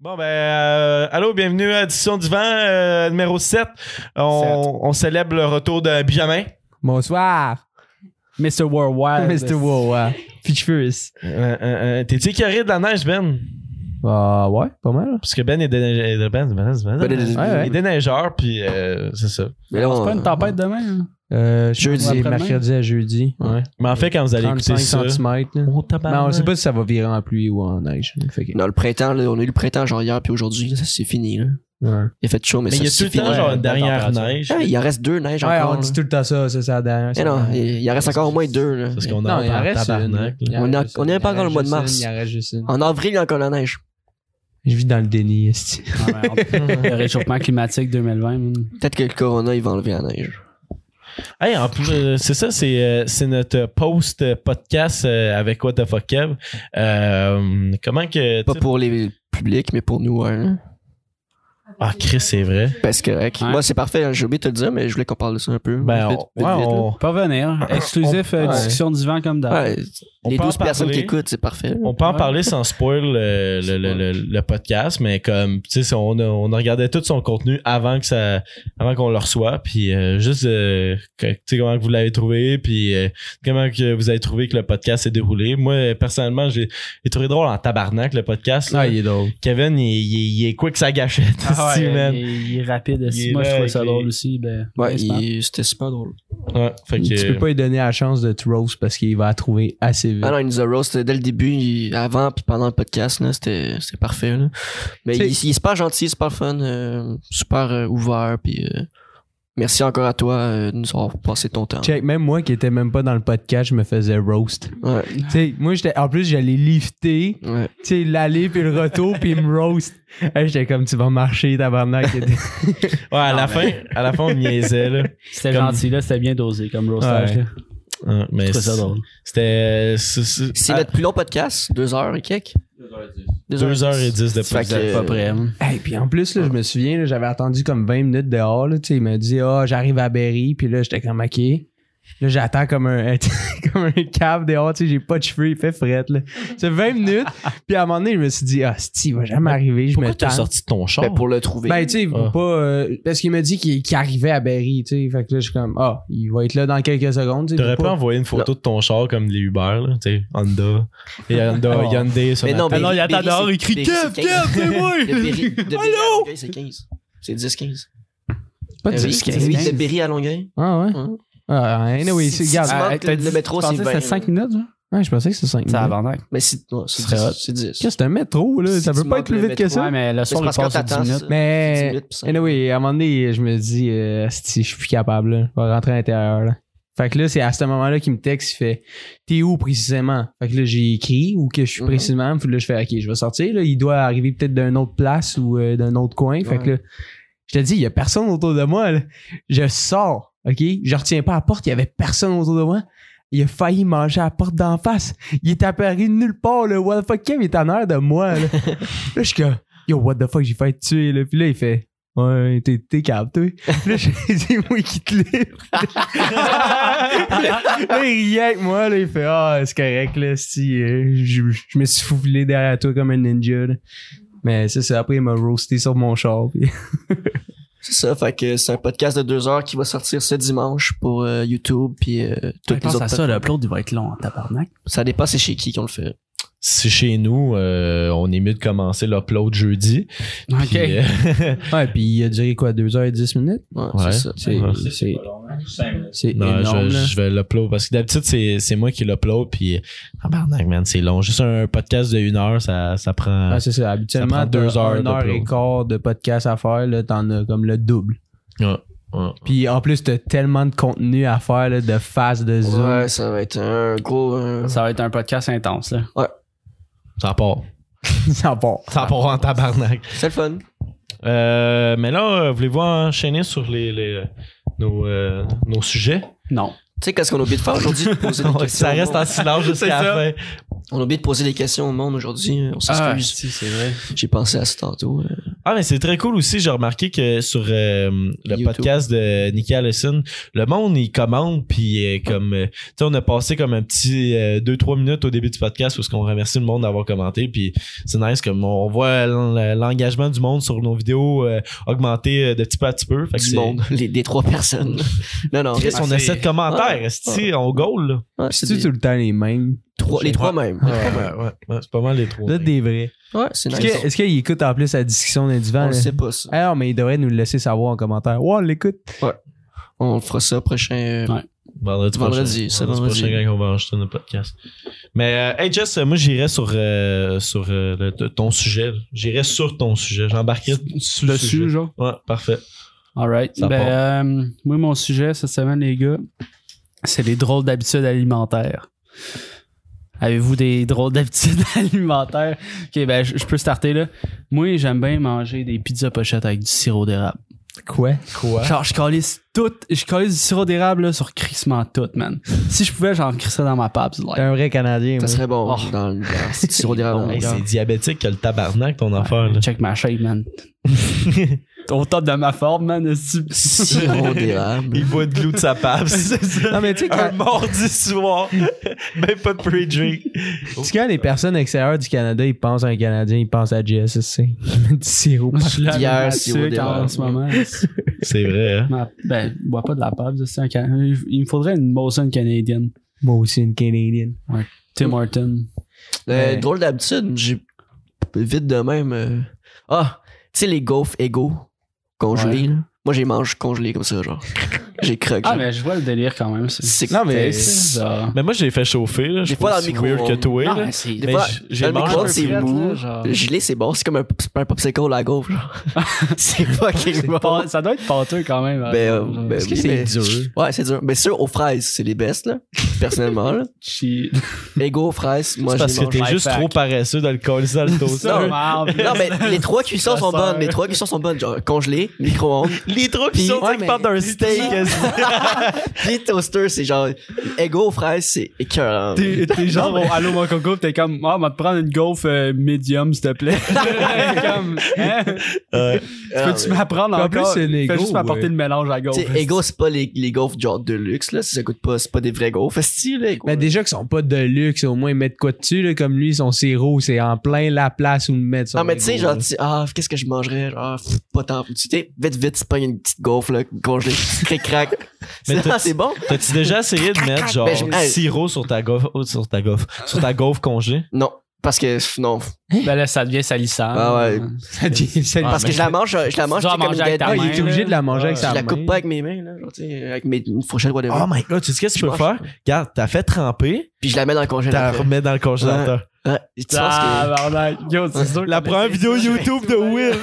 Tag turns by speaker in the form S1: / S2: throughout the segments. S1: Bon, ben, euh, allô, bienvenue à Édition du Vent, euh, numéro 7. On, on célèbre le retour de Benjamin.
S2: Bonsoir.
S3: Mr. Worldwide.
S2: Mr. Wow. Fitch Furious.
S1: Euh, euh, euh, T'es-tu écœuré de la neige, Ben?
S2: Ah ouais, pas mal.
S1: Parce que Ben est déneigeur. Ben, ben, ben, ben,
S2: Ouais, ouais.
S1: il est déneigeur, puis euh, c'est ça.
S4: Mais là,
S3: C'est
S4: on-
S3: pas une tempête demain. hein?
S2: Euh, je
S3: Jeudi.
S2: pense que c'est mercredi à jeudi. Ouais.
S1: Mais en fait, quand vous allez écouter
S2: 35
S1: ça...
S2: cm. Là.
S1: Oh,
S2: Mais
S1: tabarnak.
S2: on sait pas si ça va virer en pluie ou en neige. Fait que-
S4: Dans le printemps, là, on a eu le printemps genre hier, puis aujourd'hui, là, ça, c'est fini. Là.
S2: Ouais.
S4: Il a fait chaud, mais,
S1: Mais
S4: ça,
S1: il y a tout
S4: c'est
S1: le
S4: fini.
S1: temps, genre,
S3: Ouais,
S1: une dernière
S3: température.
S1: neige.
S4: Ah, il en reste deux neiges
S2: Ouais,
S4: encore.
S2: on
S4: là.
S2: dit tout le temps ça, c'est ça la dernière.
S4: Eh
S2: c'est
S4: non,
S2: la
S4: il,
S2: dernière.
S4: il en reste encore au moins deux. là.
S1: Parce qu'on
S2: Non,
S1: a
S2: il en
S1: un
S2: reste
S1: tabarnak.
S2: une. Il en
S4: On est-
S2: reste
S4: on est
S2: une.
S4: pas
S2: Il
S4: encore
S2: en
S4: le mois de
S2: reste une,
S4: mars.
S2: Il en reste juste une.
S4: En avril, il y a encore la neige.
S2: Je vis dans le déni, esti.
S3: Ah, merde. le réchauffement climatique 2020. man.
S4: Peut-être que le corona, il va enlever la neige.
S1: là. Hey, en plus, euh, c'est ça, c'est euh, c'est notre post-podcast euh, avec What the Fuck Kev. Euh, comment que...
S4: Pas
S1: tu sais-
S4: pour les publics, mais pour nous. hein.
S1: Ah, Chris, c'est vrai.
S4: Parce que, ok,
S3: Ouais.
S4: moi, c'est parfait. hein, J'ai oublié de te le dire, mais je voulais qu'on parle de ça un peu.
S1: Ben,
S4: Vite,
S1: on-
S4: vite,
S1: ouais,
S4: vite, là.
S1: on-
S3: Pas venir. Exclusif, euh,
S2: Ouais.
S3: discussion du vent comme d'hab.
S4: Ouais,
S1: on
S4: les
S1: peut en
S4: 12 personnes
S1: parler.
S4: qui écoutent, c'est parfait.
S1: On peut en
S3: Ouais.
S1: parler sans spoil euh, le, le- le- le podcast, mais comme tu sais, si on, a- on a regardé tout son contenu avant que ça, avant qu'on le reçoive, puis euh, juste euh, que- tu sais comment que vous l'avez trouvé, puis euh, comment que vous avez trouvé que le podcast s'est déroulé. Moi euh, personnellement, j'ai j'ai trouvé drôle en tabarnak le podcast. là.
S2: Ah, il est drôle.
S1: Kevin, il, il- il est quick sa gâchette.
S3: Ah ouais,
S1: ici, man.
S3: il, est- il est rapide. aussi.
S1: Il est
S3: Moi, je
S1: là
S3: trouve ça
S1: avec
S3: drôle
S1: les-
S3: aussi. Ben,
S4: Ouais,
S3: honnêtement.
S4: il- c'était super drôle.
S1: Ouais, fait que-
S2: Tu peux pas lui donner la chance de te roast parce qu'il va la trouver assez vite.
S4: Ah non, il nous a roast dès le début, il- avant puis pendant le podcast, là, c'était c'était parfait. là. Mais il,
S2: C'est-
S4: il est super gentil, super fun, euh, super euh, ouvert, puis euh, merci encore à toi euh, de nous avoir passé ton temps.
S2: Check, même moi qui était même pas dans le podcast, je me faisais roast.
S4: Ouais,
S2: Tu sais, moi j'étais en plus j'allais lifter, tu
S4: ouais.
S2: sais l'aller puis le retour puis il me roast. Hey, j'étais comme tu vas marcher tabarnak.
S1: Ouais, à la fin, à la fin, on niaisait là.
S3: C'était
S1: Comme-
S3: gentil, là. C'était bien dosé comme roastage.
S2: Ouais.
S3: là.
S1: Ouais, Ah, mais
S3: Je trouve ça
S1: c'est-
S3: drôle.
S1: c'était c'est- c'est-
S4: C'est
S3: Ah.
S1: à-
S4: notre plus long podcast, deux heures et quelques. Deux heures et dix.
S1: 2h10 de
S4: Fait
S1: podcast.
S4: que- euh,
S3: Pas prêt. hein.
S2: Hey, puis en plus là, je me souviens, là, j'avais attendu comme 20 minutes dehors là, tu sais, il m'a dit "Ah, j'arrive à Berry" puis là j'étais comme OK. Là, j'attends comme un comme un cave dehors, tu sais, j'ai pas de cheveux, il fait fret là. C'est 20 minutes, puis à un moment donné, je me suis dit "Ah, sti, il va jamais arriver, je me
S1: Pourquoi t'es
S2: tente."
S1: sorti de ton char?
S4: Ben, pour le trouver.
S2: Ben, tu sais,
S1: Ah.
S2: pas. euh, parce qu'il m'a dit qu'il qu'il arrivait à Berry, tu sais. Fait que là, je suis comme, ah, il va être là dans quelques secondes, tu sais.
S1: T'aurais
S2: faut
S1: pu
S2: pas-
S1: envoyer une photo de ton char comme les Uber, là, tu sais, Honda. Et Honda,
S2: Oh.
S1: Hyundai, ça.
S4: mais Ben, non,
S3: Ah non, il attend
S4: Berry,
S3: dehors,
S4: c'est-
S3: il crie,
S4: Berry, c'est
S3: Kev, Kev,
S4: 15.
S3: c'est moi!
S4: De Berry- de Berry à
S3: Allô? Ah,
S4: Longueuil, c'est 15. C'est 10-15.
S2: Pas
S4: Euh,
S2: de
S4: oui,
S2: risque.
S4: c'est
S3: quinze.
S4: de Berry à Longueuil.
S2: Ah, ouais.
S4: Hein?
S2: Ah, anyway,
S4: Si-
S2: c'est,
S4: si
S2: regarde. euh,
S4: tu manques
S3: Ah, t'as
S4: le
S3: dit-
S4: métro,
S3: tu
S4: c'est
S3: pensais que
S4: 20,
S3: c'était 5 minutes, genre?
S2: Ouais, je pensais que c'était 5
S3: Ça
S2: minutes.
S3: avant
S4: Mais Ben, c'est ouais, c'est
S3: Très
S4: 10,
S3: hot.
S4: c'est 10.
S2: Qu'est-ce que c'est un métro, là.
S4: Si
S2: ça
S4: tu
S2: peut pas
S4: manques
S2: être plus
S4: le
S2: vite que
S4: métro,
S2: ça.
S3: Ouais, mais le
S4: Mais
S3: soir,
S4: c'est
S3: il
S4: parce qu'on
S3: passe à
S4: t'attend.
S3: 10 minutes.
S4: ça. C'est 10
S2: Mais,
S4: minutes, puis ça-
S2: anyway, à un moment donné, je me dis, euh, si je suis plus capable, là. Je vais rentrer à l'intérieur, là. Fait que là, c'est à ce moment-là qu'il me texte, il fait T'es où précisément? Fait que là, j'ai écrit où que je suis
S4: Mhm.
S2: précisément. Puis là, je fais OK, je vais sortir. Là, il doit arriver peut-être d'une autre place ou euh, d'un autre coin. Fait que là, je te dis, il y a personne autour de moi. là. Je sors, OK? Je retiens pas la porte, il y avait personne autour de moi. Il a failli manger à la porte d'en face. Il est apparu de nulle part, le What the fuck, Kev, il est en l'air de moi. Là, là je suis comme Yo, what the fuck, j'ai failli te tuer. Là. Puis là, il fait Ouais, t'es, t'es capté. Là, je dis, moi qui te livre. là, il riait avec moi, là, il fait Ah, c'est correct, là, si, euh, je, je me suis fouflé derrière toi comme un ninja. là. Mais ça, c'est après, il m'a roasté sur mon char. puis-
S4: C'est ça, fait que c'est un podcast de deux heures qui va sortir ce dimanche pour euh, YouTube puis euh,
S3: Je
S4: toutes les
S3: pense
S4: autres.
S3: à ça, l'upload, il va être long en tabarnak.
S4: Ça dépend c'est chez qui qu'on le fait.
S1: Si chez nous, euh, on est mieux de commencer l'upload jeudi.
S3: Ok.
S1: Puis, euh,
S2: Ouais, puis il a duré quoi, 2h10 minutes?
S4: Ouais,
S1: Ouais.
S4: c'est ça.
S2: C'est,
S1: Ouais.
S2: c'est, c'est
S1: non,
S2: énorme.
S1: Ben, je,
S2: là.
S1: je vais l'upload parce que d'habitude, c'est, c'est moi qui l'upload. Puis, ah, barnac, man, c'est long. Juste un podcast de une heure, ça, ça prend.
S2: Ah, c'est ça.
S1: Ça prend
S2: Habituellement,
S1: deux heures
S2: deux heures, une heure
S1: d'upload.
S2: et quart de podcast à faire, là, t'en as comme le double.
S1: Ouais, ouais.
S4: Ah,
S2: Puis en plus, t'as tellement de contenu à faire, là, de face, de zoom.
S4: Ouais, ça va être un gros. un-
S3: Ça va être un podcast intense, là.
S1: Ça part.
S2: ça part.
S1: Ça part en tabarnak.
S4: C'est le fun.
S1: Euh, mais là, euh, voulez-vous enchaîner sur les, les- nos, euh, nos sujets?
S3: Non.
S4: Tu sais, qu'est-ce qu'on a oublié de faire aujourd'hui? de poser des
S1: ça
S4: questions au
S1: reste en
S4: monde.
S1: silence jusqu'à la fin.
S4: hein. On a oublié de poser des questions au monde aujourd'hui. On s'excuse.
S3: Ah, si, c'est vrai.
S4: J'ai pensé à ça tantôt. euh.
S1: Ah, mais c'est très cool aussi. J'ai remarqué que sur euh, le
S4: YouTube.
S1: podcast de Nicky Allison, le monde, il commande. Puis, euh, comme, euh, tu sais, on a passé comme un petit 2-3 minutes au début du podcast où ce qu'on remercie le monde d'avoir commenté. Puis, c'est nice. Comme on voit l'en- l'engagement du monde sur nos vidéos euh, augmenter euh, de petit peu à petit peu. Fait que
S4: du
S1: c'est-
S4: monde, les, des trois personnes. non, non.
S1: Chris,
S4: c'est-
S1: on a
S5: c'est-
S1: 7 commentaires.
S4: Ouais.
S1: esti, on goal, là.
S4: ouais, c'est
S2: C'est
S4: des-
S2: tout le temps les mêmes.
S4: trois- les trois mêmes.
S1: ouais, ouais, c'est pas mal les trois.
S2: Vous êtes des vrais.
S4: Ouais, c'est
S2: Est-ce
S4: nice.
S2: que- est-ce qu'il écoute en plus la discussion d'un divan?
S4: On le
S2: là?
S4: sait pas ça.
S2: Ah non, mais il devrait nous le laisser savoir en commentaire. Ouais, on l'écoute.
S4: On fera ça prochain. euh,
S3: Ouais.
S1: Vendredi,
S4: Vendredi,
S1: prochain.
S4: c'est vendredi.
S1: prochain quand on va enregistrer notre podcast. Mais, euh, hey, Jess, euh, moi, j'irai sur, euh, sur euh, le- t- ton sujet. J'irai sur ton sujet. J'embarquerai sur le
S3: Dessus,
S1: sujet.
S3: genre.
S1: Ouais, parfait.
S3: Alright.
S1: Ça
S3: Ben, euh, moi, mon sujet cette semaine, les gars, c'est les drôles d'habitudes alimentaires. Avez-vous des drôles d'habitudes alimentaires? Ok, ben, je je peux starter là. Moi, j'aime bien manger des pizzas pochettes avec du sirop d'érable.
S2: Quoi? Quoi?
S3: Genre, je calisse tout, je calisse du sirop d'érable là, sur crissement tout, man. Si je pouvais, j'en crisserais dans ma pape.
S2: T'es un vrai
S1: Ah.
S2: Canadien,
S4: Ça
S2: moi.
S4: serait bon
S3: Oh.
S4: dans le dans- c'est du sirop d'érable.
S3: Bon,
S1: Hey,
S3: gars.
S1: c'est diabétique que le tabarnak, ton affaire. Là.
S3: Check ma shape, man. Au top de ma forme, man. esti.
S4: Sirop d'érable.
S1: Il boit de l'eau de sa pape.
S2: Non, mais tu sais,
S1: Un
S3: Ah.
S2: quand,
S1: mardi soir. Même pas de pre-drink.
S2: tu sais, quand les personnes extérieures du Canada, ils pensent à un Canadien, ils pensent à JSSC. Ils mettent du sirop.
S3: Je suis là
S4: Hier,
S3: avec ma
S4: sirop
S3: tuque en
S4: d'érable.
S3: ce moment. esti.
S1: C'est vrai, hein?
S3: Ma- ben, je bois pas de la pub, ça, c'est un can- il- Il me faudrait une Molson canadienne.
S2: Moi aussi, une Canadienne.
S3: Tim Horton.
S4: Le
S2: Mais-
S4: Euh, Drôle d'habitude, j'ai vite de même. euh, Ah, tu sais, les gaufres égaux congelés. là. Moi, j'ai mange congelé comme ça, genre. J'ai croqué.
S3: Ah, mais je vois le délire quand même. c'est-
S4: C'est-
S2: Non, mais-
S3: c'est ça.
S1: Mais moi, je l'ai fait chauffer. Là. Je
S4: J'ai
S1: suis pas dans
S4: pas dans le
S1: weird que
S4: micro-ondes.
S1: toi.
S3: Non,
S1: là.
S3: mais c'est-
S4: Des
S1: Mais
S4: fois,
S1: j-
S4: dans
S1: j'ai
S4: le
S1: mangé un
S4: micro-ondes,
S1: peu
S4: c'est
S1: frette,
S4: mou.
S3: là, genre.
S4: Gelé, c'est bon. C'est comme un, c'est un popsicle à la gaufre, genre. c'est fucking bon.
S3: Pas- Ça doit être pâteux quand même.
S4: Ben,
S3: hein,
S4: euh,
S3: genre.
S4: ben,
S2: Est-ce que
S4: oui,
S2: c'est
S4: mais-
S2: dur?
S4: Ouais, c'est dur. Mais sûr, aux fraises, c'est les best, là. Personnellement, là.
S3: Chi-
S4: Égaux, fraises, moi,
S1: C'est
S4: je
S1: parce que
S4: les mange.
S1: t'es
S3: mange.
S1: juste
S3: Fact.
S1: trop paresseux dans le col dans le toaster.
S4: Non,
S3: marre, puis-
S4: Non, mais les trois cuissons
S3: Ça
S4: sont bonnes.
S3: sert.
S4: Les trois cuissons sont bonnes. Genre, congelé, micro-ondes.
S1: Les trois
S4: Puis-
S1: qui sont
S2: Ouais,
S1: qui
S2: mais-
S1: partent d'un steak. esti.
S4: Puis toaster, c'est genre. Ego aux fraises, c'est écœurant.
S3: T'es t'es genre au Allô mon coco, pis t'es comme, ah, on va te prendre une gaufre euh, medium, s'il te plaît. comme, hein?
S1: Ouais.
S4: Ah,
S3: Peux-tu
S4: mais-
S3: m'apprendre
S2: En
S3: encore?
S2: plus, c'est une
S3: Fais
S2: égo,
S3: juste m'apporter
S2: ouais.
S3: le mélange à gaufre.
S4: T'sais, Ego, c'est pas les, les gaufres genre de luxe, là. Ça coûte pas, c'est pas des vrais gaufres. Esti, là, Ego.
S2: Ben déjà qu'ils sont pas de luxe, au moins ils mettent quoi dessus, là, comme lui, son sirop, c'est en plein la place où le mettre. son
S4: non, mais tu sais,
S2: ego,
S4: genre,
S2: là.
S4: tu- ah, qu'est-ce que je mangerais? Genre, ah, pff, pas tant. Tu sais, vite, vite, tu pognes une petite gaufre, là, congelée, cric-crac.
S1: Mais
S4: C'est
S1: t'as-
S4: ah, c'est bon?
S1: T'as-tu déjà essayé de mettre genre
S4: Ben, je- hey.
S1: sirop sur ta gaufre, oh, sur ta gaufre, sur ta gaufre congé?
S4: Non. Parce que, pff, non.
S3: Ben là, ça devient salissant. Ah,
S4: Ah ouais.
S2: Ça devient- ça-
S4: parce que je la mange, je la mange,
S3: dois
S4: tu sais, comme
S3: manger
S4: une
S3: avec ta
S2: Ah,
S4: date-
S2: il
S3: main,
S2: est obligé
S3: là.
S2: de la manger
S3: Ah,
S2: avec
S4: Je
S2: sa
S4: la
S2: main.
S4: coupe pas avec mes mains, là. Genre, tu sais, avec mes, une fourchette, whatever.
S1: Oh my god, tu sais qu'est-ce que tu
S4: Je
S1: peux
S4: mange-
S1: faire? Regarde, t'as fait tremper,
S4: Puis je la mets dans le
S1: t'as la
S4: congélateur.
S1: remets dans le congélateur.
S4: Ouais. Et tu penses que-
S3: Ah, barnac. Yo, c'est sûr.
S1: La
S3: qu'on
S1: première
S3: essaie
S1: vidéo
S3: ça.
S1: YouTube de Will.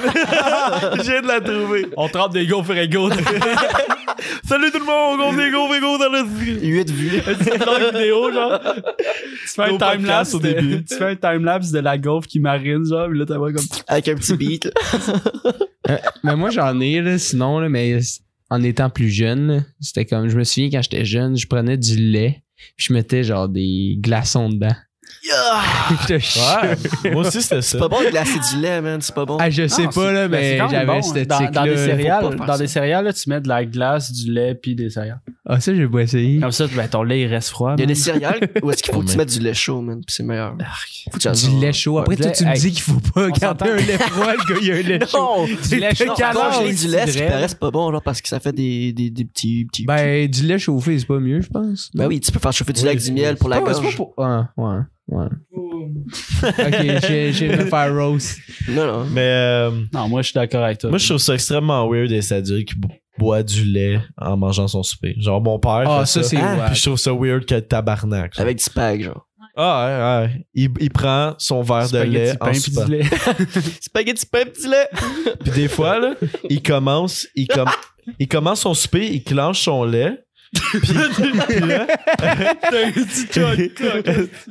S1: J'ai de la trouver.
S3: On trempe des gaufres égaux.
S1: Salut tout le monde, on est go, go dans le...
S4: 8 vues.
S3: une longue vidéo, genre. Tu fais
S1: Nos
S3: un
S1: podcasts
S3: timelapse
S1: au
S3: au
S1: début.
S3: début. Tu fais un timelapse de la gaufre qui marine, genre, puis là, t'as vois comme.
S4: Avec un petit beat, là.
S2: Mais moi, j'en ai, là, sinon, là, mais c- en étant plus jeune, là, c'était comme, je me souviens quand j'étais jeune, je prenais du lait, puis je mettais genre des glaçons dedans.
S4: Yeah!
S2: je te jure.
S1: Ouais, moi aussi c'était ça.
S4: C'est pas bon de glacer du lait, man. C'est pas bon.
S2: Ah, je sais
S3: Non,
S2: pas,
S3: c'est-
S2: là,
S3: ben, c'est
S2: mais
S3: quand même
S2: j'avais
S3: bon,
S2: cette
S3: hein. dans, dans
S2: éthique-là.
S3: des
S4: faut pas
S3: céréales,
S4: faire
S3: dans
S4: ça.
S3: des céréales là, tu mets de la glace, du lait, puis des céréales.
S2: Ah, ça, j'ai pas essayé.
S3: Comme ça, ben, ton lait, il reste froid.
S4: Il y a
S3: man.
S4: des céréales où est-ce qu'il faut que
S1: Mais-
S4: tu mettes du lait chaud, man, pis c'est meilleur. Faut que tu
S2: Du lait chaud. Après,
S3: du
S2: toi,
S3: lait-
S2: tu me
S3: hey,
S2: dis qu'il faut pas garder
S3: s'entend.
S2: un lait froid, le gars, il y a un lait chaud.
S4: Non!
S2: C'est
S3: lait
S2: le
S3: chaud.
S2: calage,
S4: Congeler du lait, ce qui
S2: c'est
S4: paraît, c'est pas bon, genre, parce que ça fait des, des, des petits, petits.
S2: Ben, du lait chauffé, c'est pas mieux, je pense.
S4: Ben oui, tu peux faire chauffer du lait avec du
S1: c'est-
S4: miel pour la
S2: Ouais, c'est pas
S4: gorge.
S2: pour. Ouais, ouais, ouais. ok, j'ai- j'ai me faire rose.
S4: Non, non.
S1: Mais euh,
S3: Non, moi, je suis d'accord avec toi.
S1: moi je trouve ça extrêmement weird et sadique qui bo- boit du lait en mangeant son souper. Genre mon père
S2: Ah,
S1: fait
S2: ça, c'est.
S4: Ah,
S2: wack.
S1: Puis je trouve ça weird que tabarnak. genre.
S4: Avec du spag, genre.
S1: Ah ouais, ouais. Il, il prend son verre
S3: Spaghetti,
S1: de lait
S3: pain,
S1: en
S3: puis
S1: soupant.
S3: du lait.
S4: Spaghetti pain, petit lait!
S1: Puis des fois, là, il commence, il, com- il commence son souper, il clenche son lait. Puis, puis là-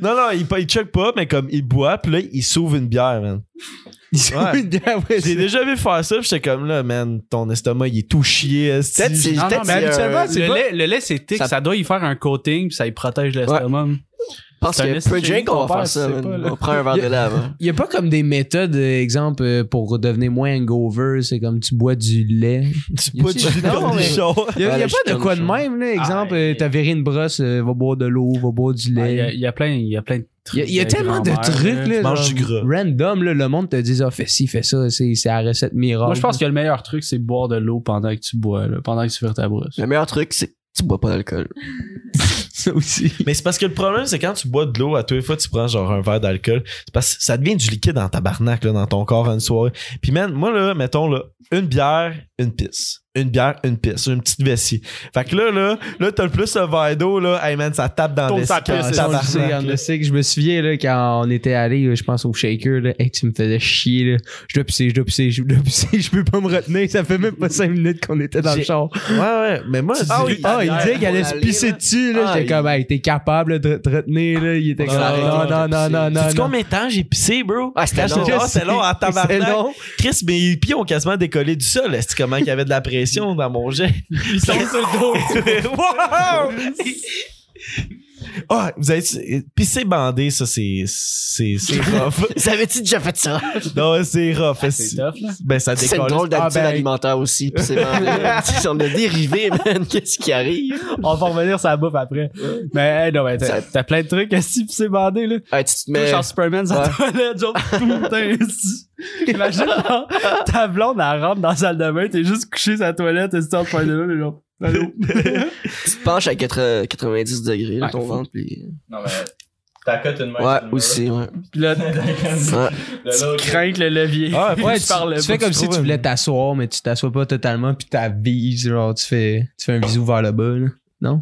S1: non, non, il, pa- il check pas, mais comme il boit, puis là, il s'ouvre une bière, man.
S2: Ils sont
S1: Ouais.
S2: une bière, ouais,
S1: J'ai
S2: c'est-
S1: déjà vu faire ça, puis j'étais comme là, man, ton estomac, il est tout chié. esti.
S4: Peut-être c'est. euh,
S3: Non, non,
S4: peut-être
S3: mais
S4: c'est
S2: habituellement,
S4: un-
S3: euh,
S2: c'est
S3: le,
S2: pas-
S3: lait, le lait, c'est thick.
S4: Ça-
S3: Ça... doit y faire un coating, puis ça y protège l'estomac.
S4: pense
S3: C'est un
S4: que
S3: esti
S4: peu
S3: de génie,
S4: drink, on
S3: ton
S4: va faire
S3: père,
S4: ça.
S3: tu sais
S4: man.
S3: pas, là.
S4: on prend un verre de lave. hein.
S2: Il n'y a pas comme des méthodes, euh, exemple, euh, pour devenir moins hangover, c'est comme tu bois du lait.
S1: Tu bois du jus de
S2: Non, mais-
S1: cornichon.
S2: Il n'y a,
S4: Ouais,
S2: y a
S4: le
S2: pas de
S4: chicken
S2: quoi de
S4: chaud.
S2: même, là. Exemple,
S3: Ah,
S2: euh,
S3: et-
S2: t'as viré une brosse, euh, va boire de l'eau, va boire du
S3: Ah, Il y,
S2: lait.
S3: a- il y a plein il y a plein de
S2: Il
S3: trucs.
S2: y a, il y a tellement de
S3: grand-mère,
S2: trucs, là.
S1: manges
S2: genre,
S1: du gras.
S2: Random, là, le monde te dit, ah, fais ci, fais ça, c'est c'est la recette miracle.
S3: Moi, je pense que le meilleur truc, c'est de boire de l'eau pendant que tu bois, là, pendant que tu vires ta brosse.
S4: Le meilleur truc, c'est que tu bois pas d'alcool.
S2: ça aussi.
S1: Mais c'est parce que le problème, c'est quand tu bois de l'eau, à tous les fois, tu prends genre un verre d'alcool. C'est parce que ça devient du liquide en tabarnak, là, dans ton corps en une soirée. Puis, man, moi, là, mettons, là, une bière, une pisse. Une bière, une pisse. Une petite vessie. Fait que là, là, là, t'as le plus un verre d'eau, là. Hey, man, ça tape dans
S3: Tourne
S1: le
S3: sa pisse,
S2: Ah, on le sait, on
S1: tabarnak.
S2: le sait que je me souviens là, quand on était allé, euh, je pense au shaker, là, Hey, tu me faisais chier. Là. Je dois pisser, je dois pisser, je dois pisser, je peux pas me retenir. Ça fait même pas 5 minutes qu'on était dans le
S1: J'ai-
S2: char.
S1: là. Ouais, ouais. Mais moi,
S4: Ah
S1: c'est-
S4: oui,
S2: Ah, il
S4: Dernière
S2: disait qu'il allait
S4: pour
S2: se
S4: l'aller,
S2: pisser
S4: là.
S2: dessus. là.
S4: Ah,
S2: J'étais
S4: il-
S2: comme, hey, t'es capable là, de te retenir. Là. Il était
S4: On
S2: comme,
S4: s'arrête,
S2: non,
S4: on
S2: non,
S4: a
S2: non,
S4: pissé.
S2: non, non,
S1: Sais-tu
S2: non.
S1: combien de temps j'ai pissé, bro?
S4: Ah, c'était
S1: Ah,
S4: long.
S1: c'est long, c'est long en
S2: C'est
S1: tabarnak.
S2: long.
S1: Chris, mes pieds ont quasiment décollé du sol. Est-ce comment qu'il y avait de la pression dans mon jet?
S3: Ils sont sur le dos.
S1: wow! Ah, vous avez pissé bandé, ça c'est c'est c'est rough.
S4: Savais-tu déjà fait ça?
S1: non, c'est rough.
S3: C'est tough, là.
S1: ben ça
S4: Ah, C'est une
S1: décolle.
S4: drôle d'habitude
S2: Ah, ben-
S4: alimentaire aussi. Puis c'est vraiment- Tu sais, on a dérivé, man. Qu'est-ce qui arrive?
S3: On va revenir sur la bouffe après. Mais hey, non, mais t'as t'as plein de trucs assis pis c'est bandé, là.
S4: Ah, tu te
S3: Mais...
S4: mets.
S3: Genre Superman, sa
S4: Ouais.
S3: toilette, genre, putain, esti. Imagine, genre, ta blonde, elle rentre dans la salle de bain, t'es juste couché sur la toilette, et tu en train de là, mais genre, allô?
S4: Tu te penches à 80 90 degrés, là,
S3: Ouais,
S4: ton
S3: faut-
S4: ventre. Puis...
S5: Non, mais ta cote une main.
S4: Ouais, aussi, ouais.
S3: Pis là,
S4: Ouais.
S3: tu crains que le levier.
S1: Ah,
S3: Je
S2: Ouais, tu,
S3: parle
S2: tu
S3: pas, hein.
S2: fais comme si
S1: trouves
S2: tu
S1: un-
S2: voulais t'asseoir, mais tu t'assois pas totalement, puis t'avises, genre, tu fais, tu fais un bisou vers le bas, là. Non?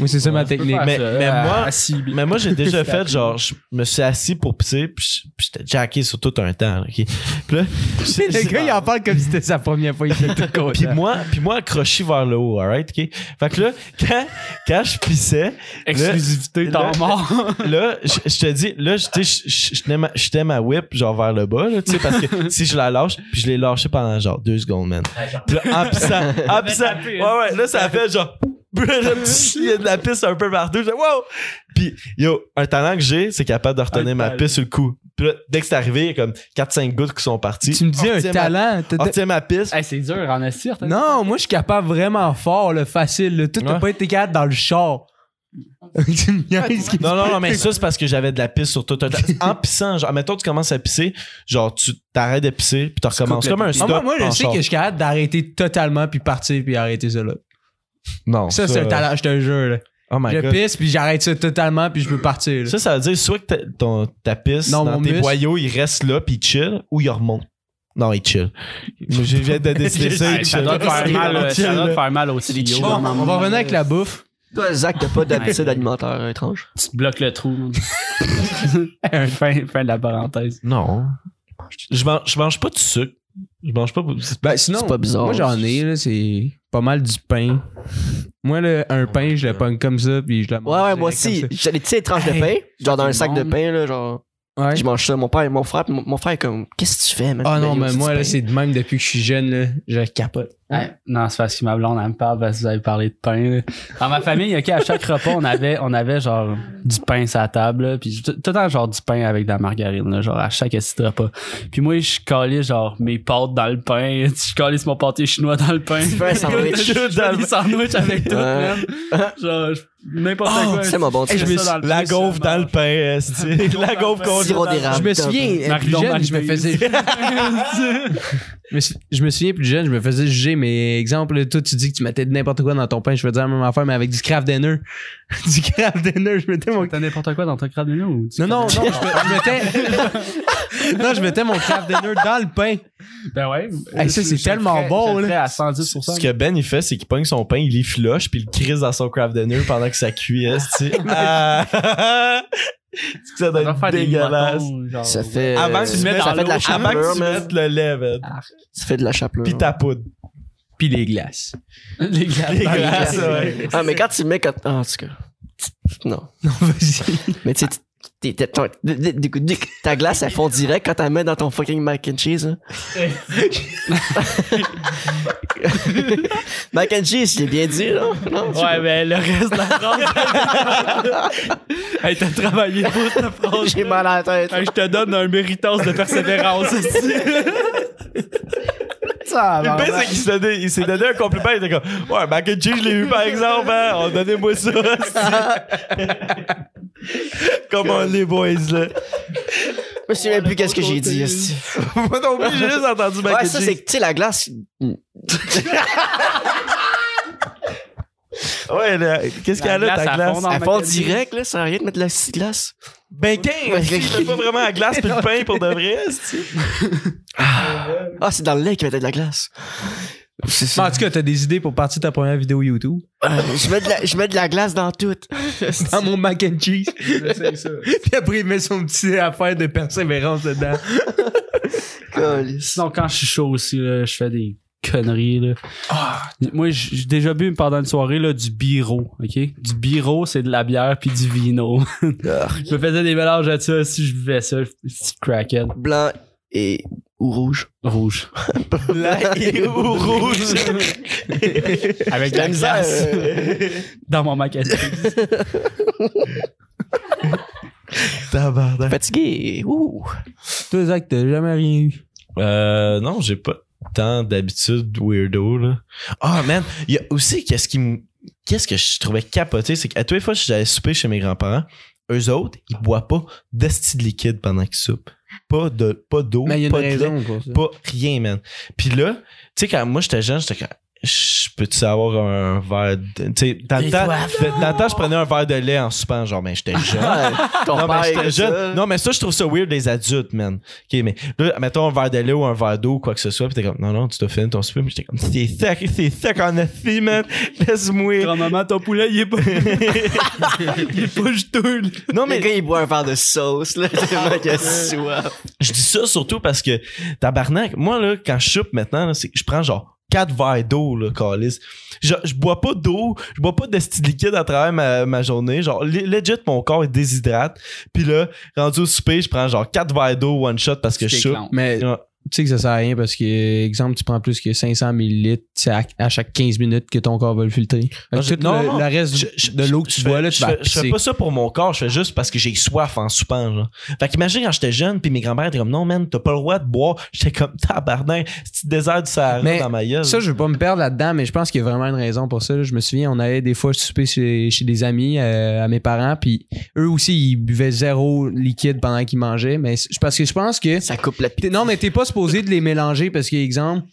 S2: Moi, c'est ça ma
S3: tu peux
S2: technique.
S3: faire
S1: Mais-
S3: ça,
S1: mais
S3: à-
S1: moi-
S3: assis,
S1: Mais moi j'ai déjà fait genre je me suis assis pour pisser puis je- puis j'étais jacké sur tout un temps. là, ok? Puis là,
S2: Le gars, il en parle comme si c'était sa première fois, il était tout content.
S1: puis moi puis moi accroché vers le haut, alright, ok. Fait que là quand quand je pissais
S3: exclusivité,
S1: le-
S3: t'en mort.
S1: là, je je te dis, là, je- tu sais, je je tenais ma- je tenais ma whip, genre vers le bas, là, tu sais, parce que si je la lâche, puis je l'ai lâché pendant genre deux secondes, man. Puis là, en pissant, en pissant,
S3: hein.
S1: ouais, ouais, là, ça a fait genre, il y a de la pisse un peu partout, je wow! Puis, yo, un talent que j'ai, c'est capable de retenir
S3: Un
S1: ma
S3: talent.
S1: pisse sur le coup. Puis là, dès que c'est arrivé, il y a comme 4-5 gouttes qui sont parties.
S2: tu me dis
S1: On
S2: un
S1: retient ma-
S2: talent. t'as-
S1: On retient ma pisse.
S3: Hey, c'est dur en assis, t'as-
S2: Non, moi, je suis capable vraiment fort, le facile. là. Tout t'as
S1: Ouais.
S2: pas été capable dans le char. Tu me niaises. Ah,
S1: Non, non, non, mais ça, c'est parce que j'avais de la pisse sur tout un temps. En pissant, genre, mettons, tu commences à pisser, genre, tu t'arrêtes de pisser, puis tu recommences.
S3: coupes la
S1: comme un
S3: pisse.
S2: Ah,
S1: stop.
S2: moi, moi, je
S1: en
S2: sais
S1: char.
S2: que je suis capable d'arrêter totalement, puis partir, puis arrêter ça là.
S1: Non.
S2: Ça, c'est un talent, je te jure. là.
S1: Oh my
S2: Je
S1: God.
S2: pisse, puis j'arrête ça totalement, puis je peux partir. là.
S1: Ça, ça veut dire soit que ta, ton, ta pisse
S2: Non,
S1: dans
S2: mon
S1: tes
S2: muscle.
S1: boyaux, il reste là puis il chill ou il remonte. Non, il chill. Moi, Je viens de décider ça.
S3: Hey,
S1: il
S3: ça
S1: chill.
S3: doit te faire mal, euh,
S1: Chill,
S3: ça doit te
S1: là.
S3: faire mal au tuyau.
S2: Bon, on va revenir avec la bouffe.
S4: Toi, Zach, t'as pas d'habitude alimentaire euh, étrange?
S3: Tu te bloques le trou. man. fin, fin de la parenthèse.
S1: Non. Je mange, je mange pas de sucre. Je mange pas.
S2: Ben, sinon,
S4: C'est pas bizarre.
S2: moi, j'en ai, là, c'est pas mal du pain. Moi, là, un pain, je le pogne comme ça, puis je le mange
S4: Ouais, ouais, moi
S2: direct comme
S4: aussi. J'ai des petits étranges de
S2: Hey,
S4: pain. Genre dans
S3: tout
S4: un
S3: le
S4: sac de
S3: monde.
S4: pain, là, genre.
S2: ça. Ouais.
S4: Je mange ça. Mon père, mon frère, mon, mon frère est comme, qu'est-ce que tu fais, man?
S2: Ah non,
S4: Il y a
S2: mais
S4: du
S2: moi,
S4: pain.
S2: là, c'est de même depuis que je suis jeune, là, je capote.
S3: Ouais. Non, c'est parce que ma blonde, elle me parle parce que vous avez parlé de pain. là. Dans ma famille, ok, à chaque repas, on avait, on avait genre du pain sur la table. là, Puis tout tout le temps, genre du pain avec de la margarine, là, genre à chaque petit repas. Puis moi, je collais genre mes pâtes dans le pain. Je collais sur mon pâté chinois dans le pain.
S4: Tu fais un sandwich.
S3: Je fais des sandwichs avec tout,
S4: Ouais.
S3: man. Genre, je- n'importe
S1: Oh,
S3: quoi.
S4: C'est mon bon truc.
S3: je me suis- dans le euh,
S1: La
S3: feu,
S1: gaufre
S3: ça
S1: dans le
S3: marche.
S1: pain. esti. La gaufre qu'on
S4: Sirop d'érable.
S2: Je me souviens, euh, plus
S3: Marie-Don
S2: jeune, je me
S3: Marie-Louise.
S2: faisais. Je me suis- je me souviens plus jeune, je me faisais juger, mais exemple, toi tu dis que tu mettais de n'importe quoi dans ton pain, je faisais la même affaire, mais avec du Kraft Dinner. du Kraft Dinner, je mettais mon.
S3: T'as n'importe quoi dans ton crâne de ou tu
S2: Non, non, non,
S3: fais-
S2: je, me- je mettais. non, je mettais mon Kraft Dinner dans le pain.
S3: Ben ouais.
S2: Hey, ça,
S3: Je-
S2: c'est
S3: je le
S2: tellement
S3: ferais-
S2: bon,
S3: je le
S2: là.
S3: ferais à
S1: Ce
S3: 110%.
S1: que Ben il fait, c'est qu'il pogne son pain, il effiloche puis il le crise dans son craft dinner pendant que ça cuit. esti.
S4: Euh,
S1: Ah. ça
S3: Ça doit
S1: doit
S3: faire
S1: être
S3: des
S1: dégueulasse.
S3: motons, genre.
S4: Ça fait.
S1: Avant que
S4: euh,
S1: tu mettes
S4: ça fait de la
S1: Avant que
S4: chapelure,
S1: tu
S4: man. Ah.
S1: mettes le lait, Ben.
S4: Ça fait de la chapelure.
S1: Puis ta poudre.
S2: Puis les glaces.
S3: Les gars.
S1: Les
S4: Ah,
S1: glaces,
S4: glaces,
S1: ouais.
S4: Ah, mais quand tu le mets. Quand... Ah, en tout cas. Non.
S2: Non, vas-y.
S4: Mais tu sais, tu- T'es- t'es- ton- Ta glace, elle fond direct quand t'as mets dans ton fucking mac and cheese. hein. mac and cheese, j'ai bien dit, là. Non, tu-
S3: Ouais, mais le reste de la France. hey, t'as travaillé pour ta France.
S4: J'ai mal à la tête.
S3: Hey, je te donne un méritage de persévérance ici. Ça
S1: Le pire, c'est qu'il s'est donné, il s'est donné un compliment. Il était comme Ouais, mac and cheese, je l'ai eu par exemple. Hein? Oh, Donnez-moi ça. Comment les boys, là.
S4: Je me souviens plus qu'est-ce que j'ai dit. esti.
S1: Moi non plus, j'ai juste entendu mac
S4: Ouais,
S1: and
S4: ça, c'est
S1: cheese.
S4: que, tu sais, la glace.
S1: Ouais, là, qu'est-ce qu'elle a, ta glace?
S4: Elle fond direct, là, ça a rien de mettre de la petite glace.
S1: Ben, qu'un,
S4: Ouais.
S1: il met pas vraiment la glace puis le pain pour de vrai, esti.
S4: Ah, c'est dans le lait qu'il mettait de la glace. C'est
S2: Mais
S4: ça.
S2: En tout cas, t'as des idées pour partir de ta première vidéo YouTube.
S4: Euh, je, mets de la, je mets de la glace dans tout.
S2: Dans Ah, mon mac and cheese. Puis après, il met son petit affaire de persévérance dedans.
S4: Calice.
S3: Sinon, quand je suis chaud aussi, là, je fais des conneries. Là. Moi, j- j'ai déjà bu pendant une soirée là, du biro. ok Du biro, c'est de la bière puis du vino. je me faisais des mélanges à ça. Si je buvais ça, petit crackhead.
S4: Blanc et ou rouge.
S3: Rouge.
S4: Blanc et ou rouge.
S3: Avec
S4: La
S3: la
S4: misère.
S3: glace
S4: euh,
S3: dans mon mac and cheese.
S1: Tabarnak.
S4: Fatigué. Ouh.
S2: Toi, Zach, t'as jamais rien eu.
S1: Euh, non, j'ai pas tant d'habitude weirdo, là. Ah, man, il y a aussi, qu'est-ce qui me- Qu'est-ce que je trouvais capoté, c'est qu'à toutes les fois que j'allais souper chez mes grands-parents, eux autres, ils boivent pas d'esti de liquide pendant qu'ils soupent. Pas de, pas d'eau,
S2: Mais il y a une
S1: pas de lait,
S2: raison pour ça.
S1: pas rien, man. Puis là, tu sais, quand moi j'étais jeune, j'étais comme, je peux-tu avoir un verre de. Tu sais, dans le temps, dans le temps, je prenais un verre de lait en soupant, genre, mais j'étais jeune.
S4: Ton
S1: Non,
S4: père,
S1: mais j'étais
S4: comme
S1: jeune.
S4: ça.
S1: Non, mais ça, je trouve ça weird des adultes, man. Ok, mais là, mettons un verre de lait ou un verre d'eau, quoi que ce soit, pis t'es comme, non, non, tu t'as fini ton souper, mais j'étais comme, c'est sec, c'est sec en assis, man. Laisse-moi.
S3: Grand-maman, ton poulet, il est pas. il est pas juteux. là.
S1: Non,
S4: Le
S1: mais
S4: gars, il boit un verre de sauce, là. Tellement qu'il a soif.
S1: je dis ça surtout parce que, tabarnak, moi, là, quand je choupe maintenant, là, c'est que je prends genre, 4 verres d'eau, là, calice. Je, je bois pas d'eau, je bois pas de style liquide à travers ma, ma journée. Genre, le- legit, mon corps il déshydrate. Puis là, rendu au souper, je prends genre 4 verres d'eau one shot parce que je choupe.
S2: Mais
S1: Ouais.
S2: tu sais que ça sert à rien parce que, exemple, tu prends plus que 500 millilitres c'est à, à chaque 15 minutes que ton corps va le filtrer. Fait que
S1: Non, Ah, je-
S2: tout
S1: non,
S2: le,
S1: non.
S2: le reste
S1: Je- je-
S2: de l'eau que
S1: je
S2: tu
S1: fais-
S2: bois, là, tu
S1: je
S2: vas
S1: fais, je fais
S2: pisser.
S1: pas ça pour mon corps, je fais juste parce que j'ai soif en soupant. Genre. Fait qu'imagine quand j'étais jeune, puis mes grands-pères étaient comme non, man, t'as pas le droit de boire. J'étais comme tabarnak, c'est petit désert du Sahara
S2: Mais
S1: dans ma gueule.
S2: Ça, je veux pas me perdre là-dedans, mais je pense qu'il y a vraiment une raison pour ça. là. Je me souviens, on allait des fois souper chez, chez des amis, euh, à mes parents, puis eux aussi, ils buvaient zéro liquide pendant qu'ils mangeaient. Mais c'est- parce que je pense que.
S4: Ça coupe la
S2: T'es-
S4: pite.
S2: non, mais t'es pas supposé de les mélanger parce que, exemple,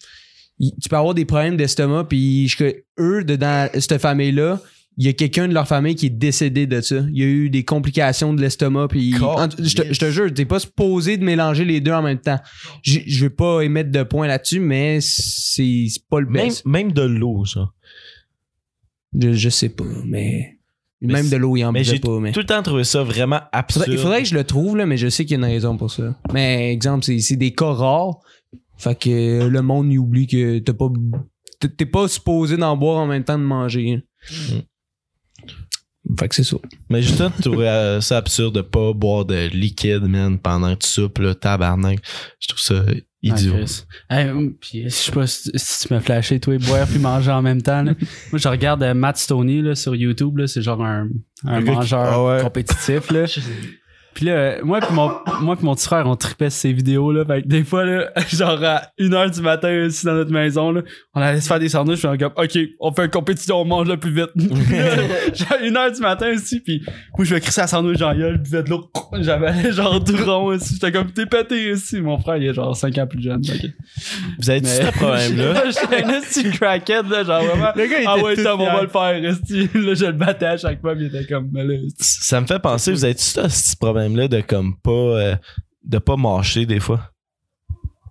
S2: y- tu peux avoir des problèmes d'estomac, puis je- eux, de- dans cette famille-là, il y a quelqu'un de leur famille qui est décédé de ça. Il y a eu des complications de l'estomac, puis
S1: Corps,
S2: en- je te- je te jure, t'es pas supposé de mélanger les deux en même temps. Je je vais pas émettre de points là-dessus, mais c'est c'est pas le
S1: même,
S2: best.
S1: même de l'eau, ça.
S2: Je, je sais pas, mais.
S1: Mais
S2: même
S1: c'est-
S2: de l'eau, il en
S1: mais
S2: buvait
S1: j'ai
S2: pas, mais.
S1: Tout le temps trouvé ça vraiment absurde.
S2: Faudrait- il faudrait que je le trouve, là, mais je sais qu'il y a une raison pour ça. Mais exemple, c'est, c'est des cas rares. Fait que euh, le monde il oublie que t'as pas. t'es- T'es pas supposé d'en boire en même temps de manger. hein. Fait que c'est ça.
S1: Mais j'ai tout le temps trouvé euh, ça absurde de pas boire de liquide, man, pendant que tu soupes, là, tabarnak. Je trouve ça idiot.
S3: Ah, Chris. Hey, hum, puis, je sais pas si, si tu m'as flashé, toi, boire puis manger en même temps. là. Moi, je regarde euh, Matt Stoney là, sur YouTube. là, C'est genre un, un
S1: Le gars qui-
S3: mangeur
S1: Ah ouais.
S3: compétitif. Là. Puis là, euh, moi puis mon, moi puis mon petit frère, on tripait ces vidéos là. Fait que des fois là, genre à 1h du matin assis dans notre maison là, on allait se faire des sandwichs, puis on était comme OK, on fait une compétition, on mange le plus vite. Puis là, genre 1h du matin aussi, puis moi je vais crisser un sandwich dans la gueule, je buvais de l'eau. J'avais genre tout rond aussi, j'étais comme t'es pété aussi. Mon frère, il est genre 5 ans plus jeune. fait que-
S1: Vous avez-tu ce problème-là?
S3: J'étais un petit crackhead, là, genre vraiment.
S2: Le gars,
S3: Ah ouais, Tom, on va le faire, esti. Là, je le battais à chaque fois, puis il était comme, mais là, esti.
S1: ça me fait penser, vous avez-tu ce petit problème-là de comme pas. euh, de pas mâcher des fois?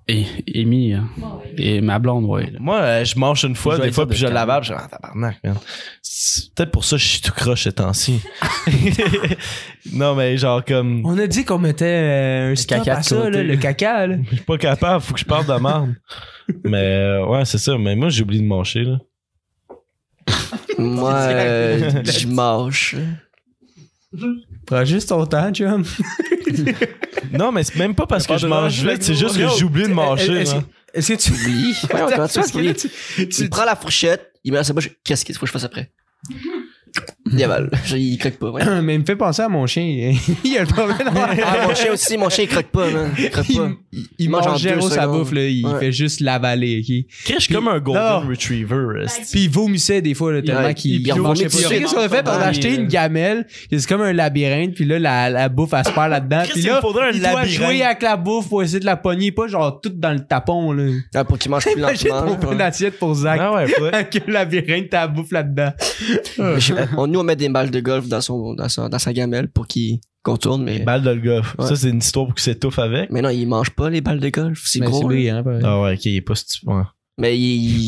S3: Et Amy, hein. et ma blonde, ouais. là.
S1: Moi, euh, je mange une fois,
S3: Je vais
S1: des
S3: dire
S1: fois,
S3: de
S1: puis je
S3: calme.
S1: l'avale, puis je dis, ah, tabarnak, man. C'est peut-être pour ça que je suis tout croche ces temps-ci. non, mais genre, comme,
S2: On a dit qu'on mettait euh, un stop
S3: caca
S2: à
S3: de
S2: ça,
S3: côté.
S2: là, le caca. là.
S1: je suis pas capable, faut que je parle de merde. mais euh, ouais, c'est ça, mais moi, j'ai oublié de manger, là.
S4: Moi, euh, je mâche.
S2: Prends juste ton temps, chum.
S1: Non, mais c'est même pas parce que je mange vite, c'est juste que j'oublie de manger.
S2: Est-ce
S1: là.
S2: est-ce que tu oublies?
S4: Voyons, comment tu
S2: Parce que là,
S4: oublies?
S2: tu-
S4: Il
S2: tu-
S4: prend la fourchette, il met dans sa bouche. Qu'est-ce qu'il faut que je fasse après? Il avale. Je- Il croque pas. voyons.
S2: Mais il me fait penser à mon chien. Il a le problème.
S4: Ah, mon chien aussi, mon chien, il croque pas, man. Il croque pas.
S2: Il, il- il mange
S4: en
S2: zéro
S4: deux
S2: sa
S4: secondes.
S2: bouffe, là. Il
S4: Ouais.
S2: fait juste l'avaler, ok?
S1: Chris, je suis comme un golden
S2: Non.
S1: retriever. esti.
S2: Puis il vomissait des fois, là, tellement
S4: Ouais,
S2: qu'il
S4: il
S2: en mangeait
S4: vomit
S2: pas.
S4: dessus.
S2: Tu sais Qu'est-ce qu'on a fait? On a
S3: Ouais,
S2: acheté
S3: il-
S2: une gamelle, que c'est comme un labyrinthe, puis là, la, la bouffe, elle se perd là-dedans.
S1: Chris,
S2: Puis
S1: il
S2: là,
S1: me faudrait un
S2: il doit
S1: labyrinthe.
S2: jouer avec la bouffe pour essayer de la pogner, pas genre tout dans le tapon, là.
S4: Ah, pour qu'il mange plus
S2: Imagine
S4: lentement.
S2: pour une
S4: ouais.
S2: assiette pour Zach.
S1: Ah ouais, ouais.
S2: Avec le labyrinthe, t'as la bouffe là-dedans.
S4: Mais je sais pas, on, nous, on met des balles de golf dans, son, dans, sa, dans sa gamelle pour qu'il contourne, mais,
S1: Balle de le golf.
S4: Ouais.
S1: Ça, c'est une histoire pour qu'il s'étouffe avec.
S4: mais non, il mange pas les balles de golf. C'est
S2: Mais
S4: gros. là.
S2: lui, hein, pareil.
S1: Ah ouais, ok, il est pas stupide. Ouais.
S4: Mais il.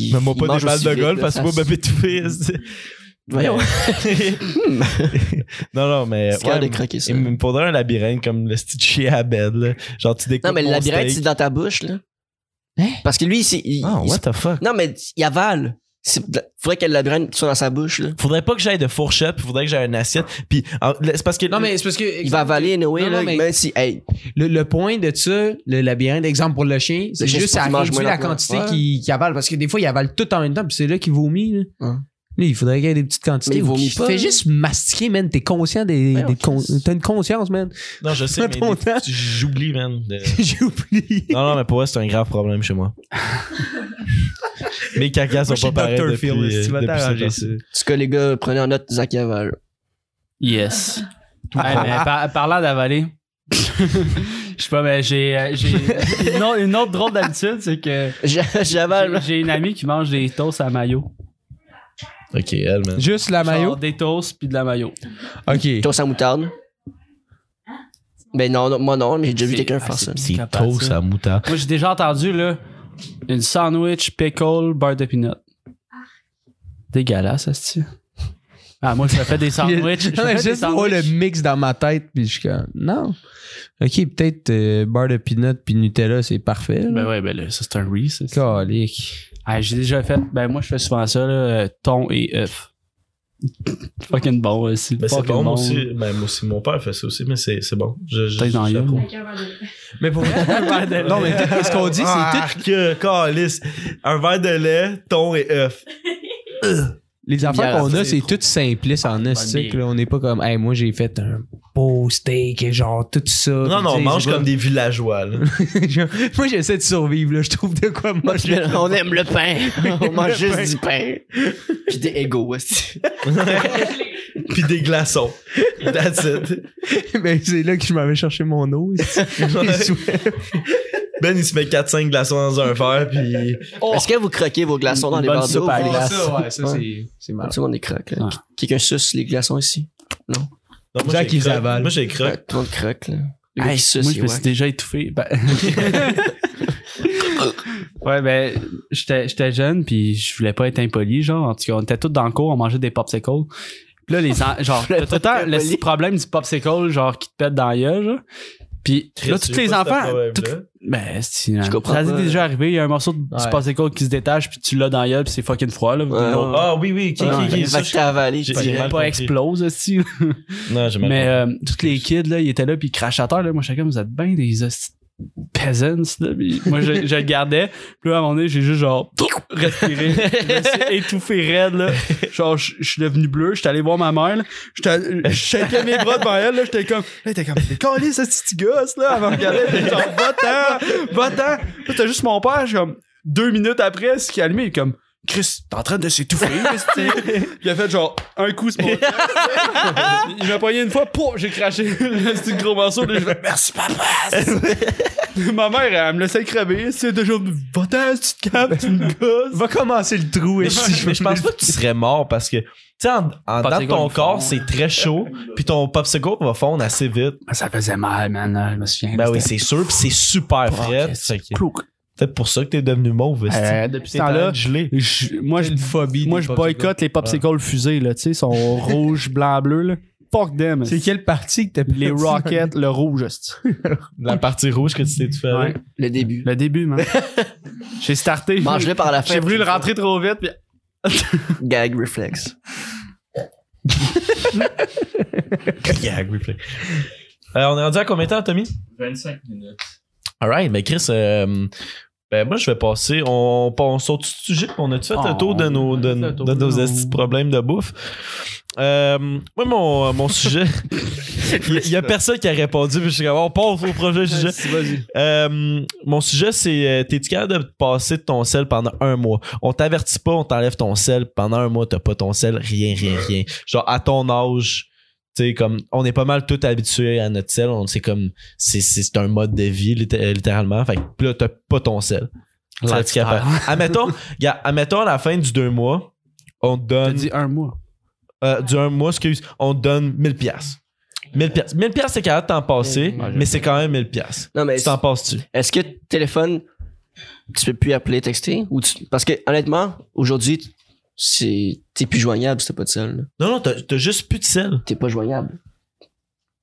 S4: il-
S1: Mets-moi
S4: il
S1: pas
S4: mange
S1: des balles
S4: aussi
S1: de
S4: vite,
S1: golf
S4: là,
S1: parce que moi,
S4: ça-
S1: bébé touffé. esti.
S4: Voyons. Hmm.
S1: Non, non, mais.
S4: C'est capable
S1: ouais,
S4: de croquer ça.
S1: Il me faudrait un labyrinthe comme le style chien à bed. Là. Genre, tu découpes.
S4: Non, mais le
S1: mon
S4: labyrinthe, c'est
S1: steak.
S4: dans ta bouche, là. Parce que lui, c'est. il-
S1: Ah,
S4: il-
S1: what the fuck?
S4: Non, mais il avale. C'est- Faudrait que le labyrinthe soit dans sa bouche, là.
S1: Faudrait pas que j'aille de fourchette, puis faudrait que j'aille une assiette. Puis, en- là, c'est parce que.
S2: Non, mais c'est parce que.
S4: Il va avaler, anyway,
S2: Non, non,
S4: là.
S2: mais-
S4: Même si. Hey,
S2: Le, le point de ça, le labyrinthe, exemple pour le chien, c'est
S4: chien,
S2: juste
S4: c'est
S2: ça
S4: pour qu'il mange
S2: réduit
S4: moins
S2: la
S4: lentement.
S2: quantité
S4: Ouais.
S2: qu'il qu'il avale. Parce que des fois, il avale tout en même temps, puis c'est là qu'il vomit. Là.
S4: Ouais.
S2: Là, il faudrait qu'il y ait des petites quantités.
S4: Mais il
S2: ou
S4: vomit
S2: qu'il
S4: pas,
S2: fait
S4: là.
S2: juste mastiquer, man. T'es conscient des.
S4: Voyons,
S2: des con-
S4: Chris.
S2: T'as une conscience, man.
S1: Non, je sais, mais.
S2: Mettons
S1: des-
S2: temps.
S1: J'oublie, man. de-
S2: J'ai oublié.
S1: Non, non, mais pour moi, c'est un grave problème chez moi. Mes cacas sont
S2: Moi, je suis
S1: pas pareils
S2: Dr.
S1: depuis,
S2: Phil,
S1: euh,
S2: si tu vas
S1: depuis cette
S2: t'arranger
S1: partie.
S2: ça.
S4: en tout cas, les gars, prenez en note Zach Ah, avale.
S3: Yes. Ah, Ouais, mais par- parlant d'avaler, je sais pas, mais j'ai euh, j'ai une, autre- une autre drôle d'habitude, c'est que
S4: J'a- J'avale,
S3: j'ai-
S4: là.
S3: j'ai une amie qui mange des toasts à mayo.
S1: Ok, elle, man.
S2: Juste la
S3: Genre
S2: maillot.
S3: Des toasts puis de la mayo.
S2: Ok.
S4: Toast à moutarde. Ben non, non, moi non, mais j'ai déjà vu
S3: C'est-
S4: quelqu'un
S3: ah,
S4: faire ça.
S3: c'est-
S1: C'est
S3: capable,
S1: toast
S3: ça.
S1: à moutarde.
S3: Moi, j'ai déjà entendu, là, une sandwich, pickle, beurre de peanut. Dégalasse, asti. Ah, moi, je me fais des sandwichs. Je me
S2: Non, mais
S3: fais des
S2: juste voir le
S3: sandwichs.
S2: mix dans ma tête, puis je suis comme. Non. Ok, peut-être euh, beurre de peanut puis Nutella, c'est parfait. là.
S3: Ben ouais, ben là, ça, c'est un Reese. asti.
S2: Calique.
S3: Ah, j'ai déjà fait. Ben, moi, je fais souvent ça, là, euh, thon et œuf. Fucking bon aussi.
S1: Mais c'est
S3: Fucking
S1: bon, moi aussi. Ben, moi aussi, mon père fait ça aussi, mais c'est c'est bon. Je, je,
S3: Peut-être dans la gueule.
S1: j'approuve.
S2: Mais pour Non, mais ce qu'on dit, c'est tout.
S1: Arc, calice. Un verre de lait, thon et œuf.
S2: Les affaires
S4: Bière,
S2: qu'on a,
S4: c'est
S2: c'est tout simpliste en esthétique.
S3: bière.
S2: là. On n'est pas comme, hey, moi, j'ai fait un beau steak et genre tout ça.
S1: Non,
S2: Puis,
S1: non,
S2: tu
S1: on
S2: sais,
S1: mange
S2: c'est
S1: comme des villageois, là.
S2: pas- Genre, moi, j'essaie de survivre, là. Je trouve de quoi manger.
S4: On aime le pain. On mange
S2: Le
S4: juste du pain. Puis des égaux aussi.
S1: Puis des glaçons. That's it.
S2: ben, c'est là que je m'avais cherché mon eau. ici.
S1: Ben, il se met 4-5 glaçons dans un verre, puis...
S4: Est-ce que vous croquez vos glaçons dans
S3: Une
S4: les
S3: bonne
S4: verres d'eau?
S3: soupe à la glace.
S2: ça, ouais, ça, c'est- c'est
S4: Tout
S2: mal.
S4: le monde les croque. là.
S3: Ah.
S4: Qui- Quelqu'un suce les glaçons ici?
S1: Non, moi,
S2: Jacques,
S1: j'ai
S2: ils
S1: croque.
S2: avalent.
S1: Moi, j'ai
S4: Ouais,
S1: croque.
S4: Tout le monde croque. Là. Les gars
S3: Hey,
S4: qui sucent,
S3: moi, je
S4: Ah, c'est
S3: me
S4: wack.
S3: suis déjà étouffé. Ben- ouais, ben, j'étais j'étais jeune, puis je voulais pas être impoli, genre. En tout cas, on était tous dans le cours, on mangeait des popsicles. Puis là, les en- genre,
S4: voulais
S3: t'as tout le
S4: pas
S3: temps
S4: être
S3: le
S4: impoli.
S3: petit problème du popsicle, genre, qui te pète dans la gueule, genre. Puis là,
S1: Je sais
S3: tous les
S1: pas si t'as
S3: enfants,
S1: problème,
S3: tout-
S1: là.
S3: Ben, c'est
S4: Je comprends
S3: Ça s'est
S4: pas.
S3: déjà arrivé, il y a un morceau de
S2: Ouais.
S3: du popsicle qui se détache, puis tu l'as dans la gueule, puis c'est fucking froid, là.
S4: Ouais,
S3: L'autre-
S4: ouais.
S1: Ah oui, oui, ok,
S4: Ah,
S1: ok, ok.
S4: ouais,
S1: ça,
S4: fait que t'as avalé,
S1: j'ai-
S4: tu dirais.
S1: j'ai mal
S3: pas
S1: compris.
S3: explose aussi.
S1: Non, j'ai mal
S3: Mais
S1: compris.
S3: euh, tous les kids, là, ils étaient là, puis ils crachaient à terre. Là. Moi, j'étais comme, vous êtes bien des hosties de peasants. Là. Puis moi, je, je le gardais. Puis là, à un moment donné, j'ai juste genre respiré. Je me suis étouffé raide. Là. Genre, je je suis devenu bleu. J'étais allé voir ma mère. là. J'étais- Je shakeais mes bras devant elle. là. J'étais comme, là, t'es comme, t'es collé, ce petit gosse. là. Elle me regardait. puis genre, va-t'en, va-t'en. Là, C'était juste mon père. j'ai comme, deux minutes après, ce qui est allumé, il est comme, Chris, t'es en train de s'étouffer, esti. Il a fait genre un coup ce moment. Il m'a poigné une fois, pouf, j'ai craché le petit gros morceau. Là, j'ai fait merci papa. Ma mère, elle me laissait crever. C'est toujours va-t'en, tu te calmes, tu me gosses.
S2: Va commencer le trou,
S1: Mais
S2: ici.
S1: je, mais je pense pas que tu serais mort parce que, tu sais, en, en dedans de
S3: Popsicle,
S1: ton
S3: ils
S1: corps,
S3: fondent.
S1: c'est très chaud, puis ton popsicle va fondre assez vite.
S3: Ça faisait mal, man. là, Je me souviens.
S1: Ben oui,
S3: c'était-
S1: c'est sûr, puis c'est super
S3: Oh,
S1: frais.
S3: qu'est-ce
S1: Fait que-
S3: Plouc.
S1: Peut-être pour ça que t'es devenu mauve. esti.
S3: Euh, depuis ce
S1: T'es en train
S3: temps-là,
S1: de geler.
S3: je- moi, je,
S2: une phobie.
S3: moi,
S2: des
S3: je
S2: popsicles.
S3: boycotte les popsicles fusés, là. Tu sais, ils sont rouge, blanc, bleu, là. Fuck them.
S2: C'est quelle partie que t'as
S3: Les Rockets, le rouge, esti.
S1: La partie rouge que tu t'es fait.
S3: Ouais.
S4: Le début.
S3: Le début, man. J'ai starté.
S4: Mange-le par la fin.
S3: J'ai voulu le rentrer trop vite, puis
S4: Gag reflex.
S1: Gag, replay. Euh, on est rendu à combien de temps, Tommy?
S5: 25 minutes.
S1: Alright, mais Chris, euh, ben moi je vais passer. On, on saute du sujet. On a-tu fait
S3: Oh,
S1: le tour de nos, de,
S3: on a fait le tour.
S1: de nos estis de problèmes de bouffe? Euh, moi, mon, mon sujet, il y a personne qui a répondu, puis je suis comme, on passe au prochain sujet. Euh, mon sujet, c'est euh, t'es-tu capable de passer de ton sel pendant un mois? On t'avertit pas, on t'enlève ton sel. Pendant un mois, t'as pas ton sel, rien, rien, rien. Genre, à ton âge, tu sais, comme, on est pas mal tout habitué à notre sel. On sait comme, c'est- c'est c'est un mode de vie, litté- euh, littéralement. Fait que pis là, t'as pas ton sel. Serais-tu
S3: Lifestyle.
S1: capable? admettons, gars, admettons, à la fin du deux mois, on te
S3: T'as
S1: donne,
S3: dit un mois.
S1: euh, du un mois, excuse, on te donne 1000 piastres. 1000 piastres. 1000 piastres, t'es capable de t'en passer,
S4: Ouais,
S1: mais c'est quand même 1000 piastres.
S4: Non, mais
S1: Tu t'en passes-tu?
S4: est-ce que téléphone, tu peux plus appeler, texter? Ou tu- Parce que, honnêtement, aujourd'hui, c'est- t'es plus joignable si t'as pas de sel. là.
S1: Non, non, t'as t'as juste plus de sel.
S4: T'es pas joignable.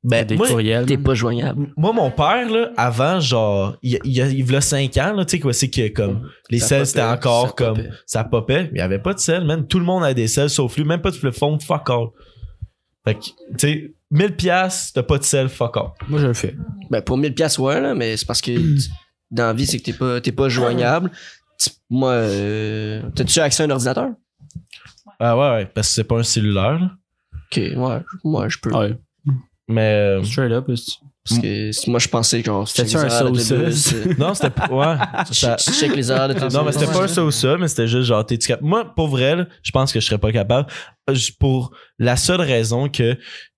S1: Ben,
S3: Des
S1: moi,
S3: courriels.
S4: T'es pas joignable.
S1: moi, mon père, là, avant, genre, il y a, il y a, il y a 5 ans, là, tu sais, quoi, c'est que comme, les
S4: Ça
S1: selles, c'était
S4: popait,
S1: encore
S4: ça
S1: comme,
S4: popait.
S1: ça popait, mais il n'y avait pas de sel, man. Tout le monde a des selles, sauf lui, même pas de le fond, fuck all. Fait que, tu sais, 1000 piastres, t'as pas de sel, fuck all.
S3: Moi, je le fais.
S4: Ben, pour 1000 piastres, ouais, là, mais c'est parce que tu- dans la vie, c'est que t'es pas, t'es pas joignable. Tu- Moi, euh, t'as-tu accès à un ordinateur?
S1: Ah ouais, ouais, parce que c'est pas un cellulaire, là.
S4: Ok, ouais, moi, je peux.
S3: Ouais.
S1: Mais, euh,
S3: Straight up. c'est-
S4: Parce que si- moi, je pensais genre, si tu
S3: C'était-tu
S4: check les
S3: un
S4: horaires de
S3: sauceuse?
S4: l'autobus, euh,
S1: non, c'était pas, ouais.
S4: tu
S1: ça-
S4: check- tu check les horaires de l'autobus.
S1: Non, mais c'était pas un ça ou ça, mais c'était juste genre, t'es-tu capable? Moi, pour vrai, là, je pense que je serais pas capable. Euh, je- Pour la seule raison que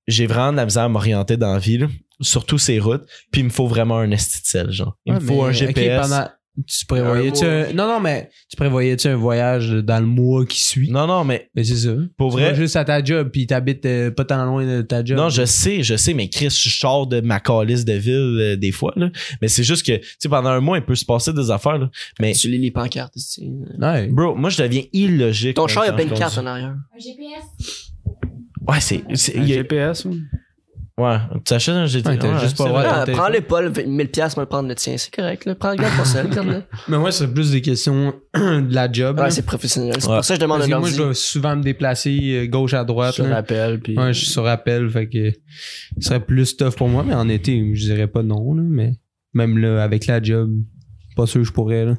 S1: j'ai vraiment de la misère à m'orienter dans la ville, surtout ces routes, puis il me faut vraiment un esti de sel, genre. Il me
S2: Ouais,
S1: faut
S2: mais,
S1: un
S2: ok,
S1: GPS.
S2: pendant- tu prévoyais-tu
S4: Un
S2: un- Non, non, mais tu prévoyais-tu un voyage dans le mois qui suit?
S1: Non, non, mais
S2: Mais c'est ça.
S1: pour
S2: Tu vas
S1: vrai.
S2: juste à ta job, puis t'habites euh, pas tant loin de ta job.
S1: Non, je sais, je sais, mais Chris, je sors de ma calice de ville euh, des fois, là. Mais c'est juste que, tu sais, pendant un mois, il peut se passer des affaires, là. Mais,
S4: Tu lis les pancartes. tu sais.
S2: Ouais.
S1: bro, moi, je deviens illogique.
S4: Ton char, il y a
S1: quand
S4: plein
S1: je
S4: de cartes
S1: conduis.
S4: en arrière.
S6: Un GPS.
S1: Ouais, c'est. c'est-
S3: Un
S1: il y a-
S3: GPS, oui.
S1: Ouais, tu achètes un GPS.
S2: Ouais, t'as juste
S1: c'est
S2: pas le droit
S1: vrai.
S2: ton
S4: Ah,
S2: téléphone.
S4: prends-le pas, le 1000 piastres, mais prendre le tien. C'est correct, là. Prends le garde pour ça, garde-le.
S2: Mais moi, c'est plus des questions de la job.
S1: Ah,
S2: là.
S4: Ouais, c'est professionnel. C'est
S1: Ouais.
S4: pour ça que je demande
S2: Parce
S4: un
S2: que moi,
S4: ordi.
S2: je vais souvent me déplacer euh, gauche à droite.
S3: Je
S2: là.
S3: l'appelle. Puis...
S2: Ouais, je suis sur appel, fait que ce serait plus tough pour moi, mais en été, je dirais pas non, là, mais même là, avec la job, pas sûr que je pourrais. Là.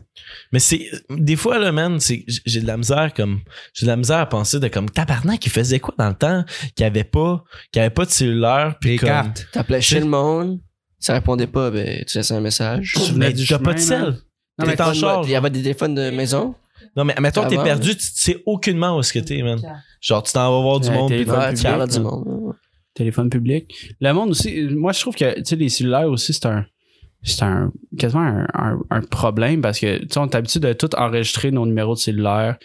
S1: Mais c'est. Des fois, là, man, c'est- j'ai de la misère comme. J'ai de la misère à penser de comme tabarnak, il faisait quoi dans le temps qu'il n'y avait pas. qu'il y avait pas de cellulaire. Puis
S2: Les
S1: comme-
S2: cartes.
S4: T'appelais
S1: C'est-
S4: chez le monde. Ça répondait pas, ben, tu laissais un message.
S1: Mais
S3: du
S1: t'as pas de
S3: chemin,
S1: sel.
S3: Non,
S1: T'es
S3: mais
S1: en charge.
S4: Il y avait des téléphones de maison.
S1: Non, mais mettons, t'es
S4: Avant,
S1: perdu, tu tu sais aucunement où est-ce que t'es, man. Genre, tu t'en vas voir du
S3: Ouais,
S1: monde.
S3: t'es-
S1: Puis
S3: Téléphone
S4: Ouais, tu
S3: public,
S4: parlais
S3: là.
S4: du monde.
S3: téléphone public. Le monde aussi, euh, moi je trouve que tu sais, les cellulaires aussi, c'est un. C'est un quasiment un, un- un problème parce que tu sais, on est habitué de tout enregistrer nos numéros de cellulaire.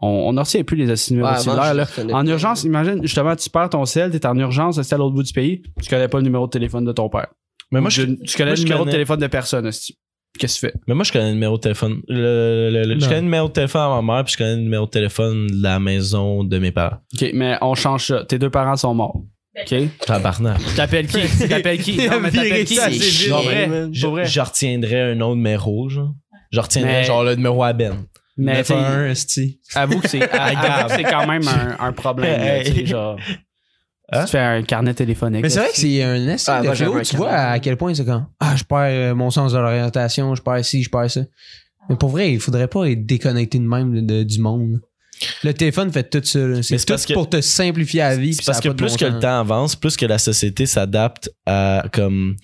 S3: On on ne retient plus les assis numéros
S4: Ouais,
S3: de
S4: avant,
S3: cellulaire.
S4: je
S3: là.
S4: connais
S3: En
S4: pas.
S3: urgence, imagine, justement, tu perds ton cell, t'es en urgence, c'est à l'autre bout du pays, tu connais pas le numéro de téléphone de ton père.
S1: Mais moi,
S3: Tu-
S1: je,
S3: tu
S1: moi,
S3: connais le
S1: je
S3: numéro
S1: connais-
S3: de téléphone de personne. esti. Qu'est-ce que tu fais?
S1: mais moi, je connais le numéro de téléphone. Le- le- le- je
S2: Non.
S1: connais le numéro de téléphone à ma mère, puis je connais le numéro de téléphone de la maison de mes parents.
S3: OK, mais on change ça. Tes deux parents sont morts. OK?
S1: Tabarnak.
S3: T'appelles qui? T'appelles qui? Non, mais t'appelles qui?
S2: Ça,
S4: c'est
S3: C'est
S4: chiant,
S3: vrai.
S4: man.
S1: Je,
S3: Pour vrai.
S1: je retiendrais un autre numéro, genre. Je retiendrais,
S3: Mais-
S1: genre, le numéro à Ben.
S3: Mais tu sais,
S2: 9-1, esti.
S3: Avoue que c'est avoue que c'est quand même un, un problème. là, tu sais, genre,
S1: Hein?
S3: Tu fais un carnet téléphonique.
S2: Mais c'est vrai que c'est un esti
S4: Ah,
S2: de
S4: moi, j'avais
S2: fléau,
S4: un
S2: tu
S4: canard.
S2: vois à quel point c'est quand Ah, je perds euh, mon sens de l'orientation, je perds ci, je perds ça. Mais pour vrai, il faudrait pas être déconnecté de même de- de- du monde. Le téléphone fait tout ça. là.
S1: Mais
S2: C'est
S1: c'est
S2: tout
S1: parce que-
S2: pour te simplifier la vie.
S1: C'est
S2: puis
S1: parce
S2: ça a
S1: que
S2: pas de
S1: plus
S2: bon
S1: que le temps avance, plus que la société s'adapte à comme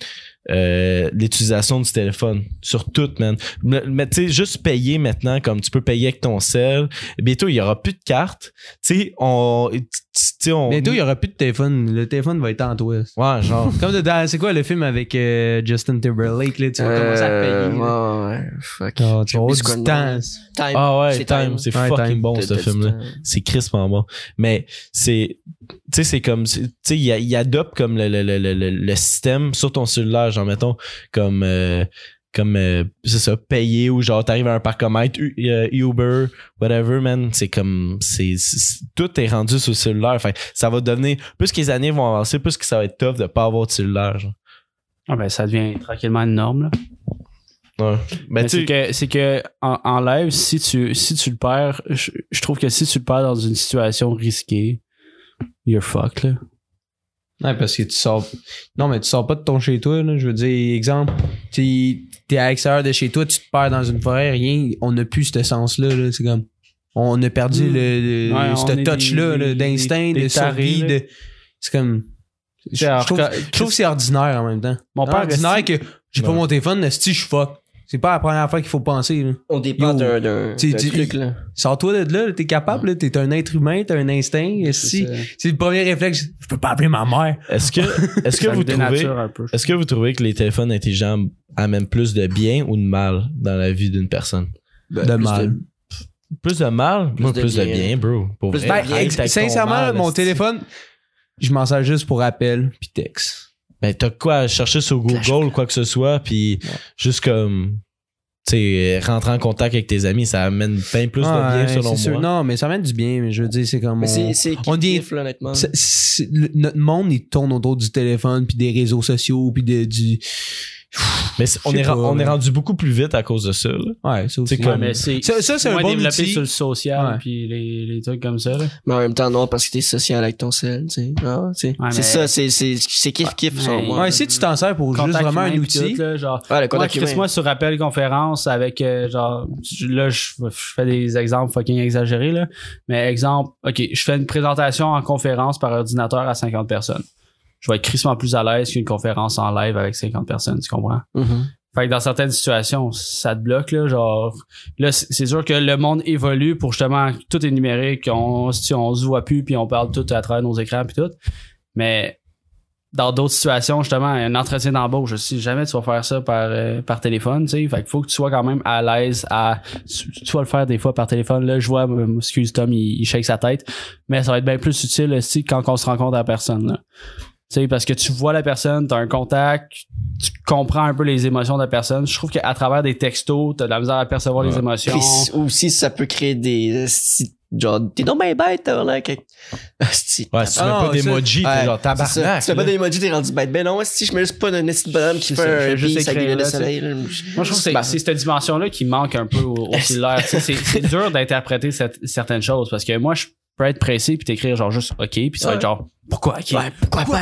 S1: euh, l'utilisation du téléphone sur tout, man. Mais, mais, tu sais, juste payer maintenant, comme tu peux payer avec ton sel. Bientôt, il y aura plus de carte. Tu sais, on. tu- Tu sais, on. Oh.
S2: Bientôt, il y aura plus de téléphone. Le téléphone va être en toi.
S1: Ouais, genre.
S2: Comme de- dans- c'est quoi le film avec euh, Justin Timberlake là, tu vas commencer à
S4: Euh,
S2: payer. là.
S4: Ouais, ouais, fuck.
S2: Oh, tu vas avoir
S4: J'ai oublié
S2: du
S4: ce qu'on
S2: temps.
S4: demande. Time.
S1: Ah ouais,
S4: C'est
S1: Time,
S4: Time.
S1: c'est
S2: Ouais,
S1: fucking
S2: Time.
S1: bon
S4: T'as-
S1: ce
S4: t'as du
S1: film-là.
S4: temps.
S1: C'est crispement bon. Mais c'est. Tu sais, c'est comme. c'est- Tu sais, il y a- il adopte comme le, le, le, le, le- le système sur ton cellulaire, genre, mettons, comme. euh, comme euh, c'est ça payer ou genre t'arrives à un parcomètre U- euh, Uber whatever man c'est comme c'est c'est- tout est rendu sur le cellulaire fait que ça va devenir plus que les années vont avancer plus que ça va être tough de pas avoir de cellulaire genre.
S3: Ah ben, ça devient tranquillement une norme. Là.
S1: Ouais.
S3: Mais
S1: ben tu
S3: c'est que, c'est que en, en live, si tu, si tu le perds, je, je trouve que si tu le perds dans une situation risquée, you're fuck, là.
S2: Ouais, parce que tu sors. Non, mais tu sors pas de ton chez toi. là. Je veux dire, exemple, tu es à l'extérieur de chez toi, tu te perds dans une forêt, rien. On n'a plus ce sens-là. là. C'est comme. On a perdu
S3: Mm.
S2: le, le-
S3: Ouais, on est
S2: ce
S3: des-
S2: touch-là là, d'instinct,
S3: des-
S2: de
S3: des tarés,
S2: survie.
S3: là.
S2: de- C'est comme. Je,
S3: alors,
S2: je trouve,
S3: quand-
S2: je trouve Ah, que c'est ordinaire en même temps.
S3: Mon père,
S2: ordinaire que j'ai pas
S1: Ouais.
S2: mon téléphone, mais si je suis fuck. C'est pas la première fois qu'il faut penser. là.
S4: On dépend
S2: Yo.
S4: d'un- d'un
S2: Tu-
S4: d'un
S2: tu-
S4: truc, là.
S2: Sors-toi de là, là, t'es capable, là, t'es un être humain, t'as un instinct. Si, c'est le premier réflexe, je peux pas appeler ma mère.
S1: Est-ce que, est-ce que
S3: Ça me
S1: vous trouvez,
S3: dénature un peu.
S1: est-ce que vous trouvez que les téléphones intelligents amènent plus de bien ou de mal dans la vie d'une personne?
S4: Ben,
S2: de
S4: plus
S2: mal.
S1: Plus de mal?
S4: Plus
S1: Moi,
S4: de
S1: plus de
S4: bien.
S1: bien, bro. Pour
S4: Plus
S1: vrai.
S4: de-
S1: Arrête
S2: Ben,
S1: avec ton
S2: ex- sincèrement,
S1: mal,
S2: mon
S1: esti.
S2: téléphone, je m'en sers juste pour appel puis texte.
S1: Ben, t'as quoi à chercher sur
S4: Flash.
S1: Google, quoi que ce soit, puis juste comme, tu sais, rentrer en contact avec tes amis, ça amène bien plus de
S2: Ah,
S1: bien,
S2: ouais,
S1: selon moi.
S2: c'est sûr. Non, mais ça amène du bien, mais je veux dire, c'est comme.
S4: Mais
S2: on-
S4: c'est- c'est
S2: on
S4: on
S2: dit-
S4: dit là, honnêtement.
S2: c'est- c'est- le- notre monde, il tourne autour du téléphone puis des réseaux sociaux puis de, du.
S1: Mais c'est- on
S2: Je sais
S1: est, ren-
S2: pas,
S1: on est
S2: là.
S1: rendu beaucoup plus vite à cause de ça. là.
S2: Ouais, ça aussi.
S1: C'est comme-
S3: Ouais, mais c'est
S2: Ça- ça, c'est un
S3: moins
S2: bon
S3: développé
S2: outil.
S3: sur le social
S2: Ouais.
S3: puis les, les trucs comme ça. là.
S4: Mais en même temps, non, parce que t'es social avec ton sel, tu sais. Ah, tu sais.
S3: Ouais, mais-
S4: c'est ça, c'est- c'est c'est kiff-kiff,
S3: Ouais.
S4: selon moi.
S2: Ouais, si tu t'en sers pour juste
S3: Contact
S2: vraiment un
S3: humain,
S2: outil.
S3: puis tout, là, genre,
S4: Ah, le
S3: moi,
S4: contact
S3: Chris,
S4: humain.
S3: moi, sur appel conférence avec, euh, genre, je- là, je, je fais des exemples fucking exagérés, là. Mais exemple, OK, je fais une présentation en conférence par ordinateur à 50 personnes. Je vais être crissement plus à l'aise qu'une conférence en live avec 50 personnes, tu comprends?
S4: Mhm.
S3: Fait que dans certaines situations, ça te bloque, là. Genre, là, c'est c'est sûr que le monde évolue pour justement, tout est numérique, on, si on se voit plus, puis on parle tout à travers nos écrans, puis tout. Mais dans d'autres situations, justement, un entretien d'embauche, si jamais tu vas faire ça par, euh, par téléphone, tu sais, fait qu'il faut que tu sois quand même à l'aise à. Tu, tu vas le faire des fois par téléphone, là, je vois, euh, excuse Tom, il, il shake sa tête, mais ça va être bien plus utile aussi quand on se rencontre à la personne, là. Tu sais, parce que tu vois la personne, t'as un contact, tu comprends un peu les émotions de la personne. Je trouve qu'à travers des textos, t'as de la misère à percevoir les
S1: Ouais.
S3: émotions.
S4: Puis si- ou si ça peut créer des. si- genre, t'es donc bien bête, t'as là, quelque. Asti.
S1: Ouais, si tu
S2: Ah
S1: mets
S2: non,
S1: pas
S2: ça-
S1: d'emoji, t'es
S4: Ouais,
S1: genre
S4: C'est ça.
S1: tabarnak.
S4: Tu fais pas
S1: là.
S4: d'emoji, t'es rendu bête. Ben non, si je mets juste pas d'un esti de bonhomme qui
S3: C'est ça,
S4: fait
S3: je
S4: un
S3: vais juste
S4: juste avec
S3: écrire,
S4: le
S3: là,
S4: soleil. là.
S3: Moi, je trouve que c'est-
S4: Ben,
S3: c'est cette dimension-là qui manque un peu au, au cellulaire. Tu sais, c'est c'est dur d'interpréter cette- certaines choses parce que moi, je peux être pressé puis t'écrire genre juste OK, puis ça va être genre pourquoi OK?
S4: Ouais, pourquoi pas?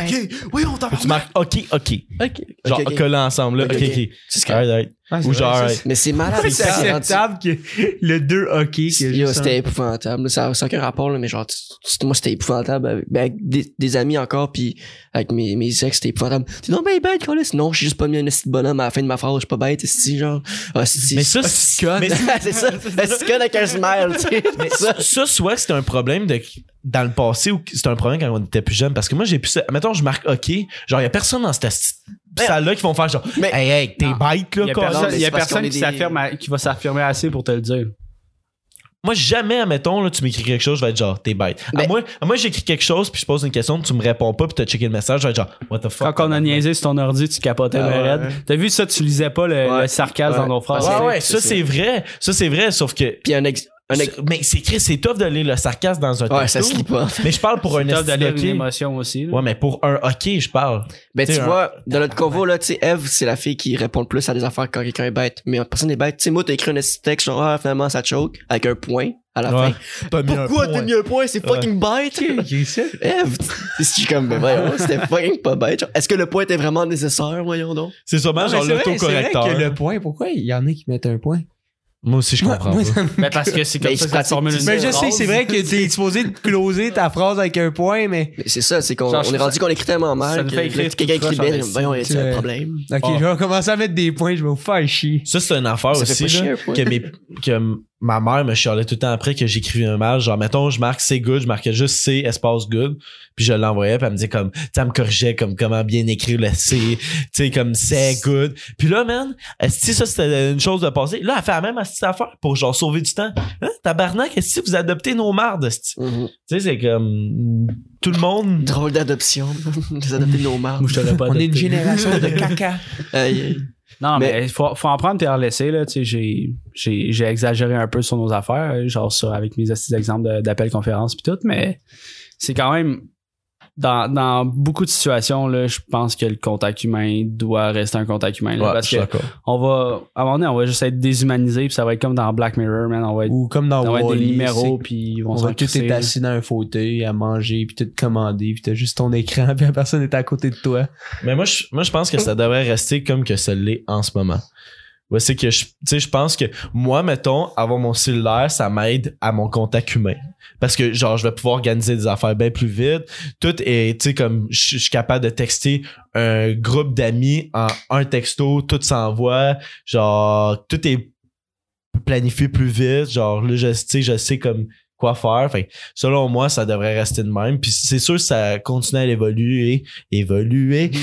S4: Oui, on t'en
S1: Tu marques OK, OK.
S4: Ok.
S1: Genre,
S4: Ok, ok.
S1: coller ensemble, là. OK,
S4: Ok,
S1: OK.
S4: ok. C'est ce que-
S1: Alright, alright.
S2: Ouais, c'est
S1: Ou
S2: vrai,
S1: genre,
S2: ça,
S1: alright.
S4: Mais c'est malade.
S2: c'est- C'est
S4: ça, rendu-
S2: acceptable que le 2 hockey. que
S4: Yo,
S2: juste un-
S4: c'était épouvantable. là. Ça n'a aucun rapport, là, mais genre, tu- tu- moi, c'était épouvantable. Avec, ben, avec des, des amis encore, puis avec mes, mes ex, c'était épouvantable. T'es non, ben, bête, Colis. Non, je suis juste pas mis un esti de bonhomme à la fin de ma phrase. Je suis pas bête, esti, genre. Ah, esti.
S1: Mais ça,
S4: Ah,
S1: c'est-
S4: conne.
S1: mais-
S4: c'est ça. Esti conne avec un smile, tu sais.
S1: Mais ça, ça, soit que c'était un problème de, dans le passé ou que c'était un problème quand on était plus jeune. Parce que moi, j'ai pu ça. Mettons, je marque OK. Genre, il y a personne dans cette asti- salle-là qui vont faire genre,
S4: Mais-
S1: hey, hey, t'es
S3: Non.
S1: bête,
S3: Il y
S1: là,
S3: a
S1: quoi.
S4: Non,
S3: personne,
S4: mais
S3: il y a
S4: c'est parce
S3: personne
S4: qu'on est
S3: qui,
S4: des-
S3: s'affirme à- qui va s'affirmer assez pour te le dire.
S1: Moi, jamais, admettons, là, tu m'écris quelque chose, je vais être genre, t'es bête. À
S4: Mais-
S1: moi, à moi j'écris quelque chose, puis je pose une question, tu me réponds pas, puis t'as checké le message, je vais être genre, what the fuck.
S3: Quand on a niaisé sur ton ordi, tu capotais
S4: Ah
S3: le
S4: ouais.
S3: raid. T'as vu ça, tu lisais pas le,
S4: Ouais.
S3: le sarcasme
S4: Ouais.
S3: dans nos phrases.
S1: Ouais, ouais,
S4: c'est
S1: ça,
S4: ça.
S1: c'est vrai. Ça, c'est vrai, sauf que.
S4: Puis un ex. Un ex...
S1: Ce- Mais c'est Chris, c'est tough de lire le sarcasme dans un
S4: Ouais,
S1: texto.
S4: ça se lit pas.
S1: Mais je parle pour un
S3: C'est tough de
S1: esti
S3: lire
S1: hockey.
S3: une émotion aussi. là.
S1: Ouais, mais pour un hockey, je parle.
S4: Ben,
S1: T'sais,
S4: tu
S1: un-
S4: vois, dans notre convo, là, tu sais, Eve, c'est la fille qui répond le plus à des affaires quand quelqu'un est bête. Mais personne n'est bête. Tu sais, moi, t'as écrit un esti de texte, genre, ah, finalement, ça choke, avec un point à la fin.
S1: T'as mis un
S4: Pourquoi
S1: point.
S4: t'as mis un point? C'est fucking bête!
S2: J'ai ça.
S4: Eve, je suis comme, ben voyons, c'était fucking pas bête. genre. Est-ce que le point était vraiment nécessaire, voyons donc?
S1: C'est sûrement
S2: Non, mais
S1: genre
S2: c'est vrai,
S1: l'autocorrecteur.
S2: c'est vrai que Le point, pourquoi il y en a qui mettent un point?
S1: Moi aussi, je comprends.
S2: Moi,
S1: pas.
S2: ça me-
S3: Mais parce que c'est comme
S4: Mais
S3: ça que
S4: il se
S3: ça
S4: pratique-
S3: formule une
S2: Mais je sais,
S3: phrase.
S2: c'est vrai que t'es supposé de closer ta phrase avec un point, mais.
S4: Mais c'est ça, c'est qu'on
S3: Genre, je
S4: on est
S3: trouve
S4: rendu qu'on écrit tellement
S3: ça
S4: mal
S3: me
S4: que
S3: fait écrire
S4: là, quelqu'un
S3: tout
S4: écrit
S3: croche en
S4: belle,
S3: esti.
S4: voyons, y a
S2: Ouais.
S4: un problème?
S2: Ok,
S1: Ah.
S2: je vais commencer à mettre des points, je vais vous faire chier.
S1: Ça, c'est une affaire
S4: Ça fait
S1: Ah, aussi
S4: pas chier
S1: là,
S4: un point.
S1: que, mes, que m- ma mère me chialait tout le temps après que j'écrivais un mal. Genre, mettons, je marque c'est good, je marquais juste c'est espace good. Puis je l'envoyais, puis elle me disait comme, tu sais, elle me corrigeait comme comment bien écrire le c'est, tu sais, comme c'est good. Puis là, man, si ça c'était une chose de passer, là, elle fait la même esti affaire pour genre sauver du temps. Hein, tabarnak, est-ce que vous adoptez nos mardes, esti?
S4: Mhm.
S1: Tu sais, c'est comme tout le monde.
S4: Drôle d'adoption, des adoptés de nos marques.
S3: Moi, je t'aurais pas
S2: On est une
S3: adopté.
S2: génération de caca.
S4: Aïe, aïe.
S3: Non, mais,
S4: Mais-
S3: faut, faut en prendre et en laisser. Là, tu sais, j'ai, j'ai, j'ai exagéré un peu sur nos affaires, euh, genre ça, avec mes petits exemples de- d'appels conférences puis tout, mais c'est quand même dans, dans beaucoup de situations, là, je pense que le contact humain doit rester un contact humain. là,
S1: Ouais, je
S3: parce
S1: suis
S3: que
S1: d'accord.
S3: on va, à un moment donné, on va juste être déshumanisé, puis ça va être comme dans Black Mirror, man. On va être,
S2: Ou comme
S3: on
S2: dans
S3: va être des
S2: Wall-E,
S3: numéros,
S2: c'est-
S3: puis ils vont
S2: on
S3: s'en
S2: va tout
S3: crisser,
S2: être
S3: là.
S2: assis dans un fauteuil à manger, puis tout commander, puis t'as juste ton écran, puis la personne est à côté de toi.
S1: Mais moi, je, moi, je pense que ça devrait rester comme que ça l'est en ce moment. Ouais, c'est que je, tu sais, je pense que moi, mettons, avoir mon cellulaire, ça m'aide à mon contact humain. Parce que, genre, je vais pouvoir organiser des affaires bien plus vite. Tout est, tu sais, comme je je suis capable de texter un groupe d'amis en un texto, tout s'envoie. Genre, tout est planifié plus vite. Genre, là, je, tu sais, je sais comme quoi faire. Fait que, selon moi, ça devrait rester de même. Puis c'est sûr, ça continue à évoluer. Évoluer.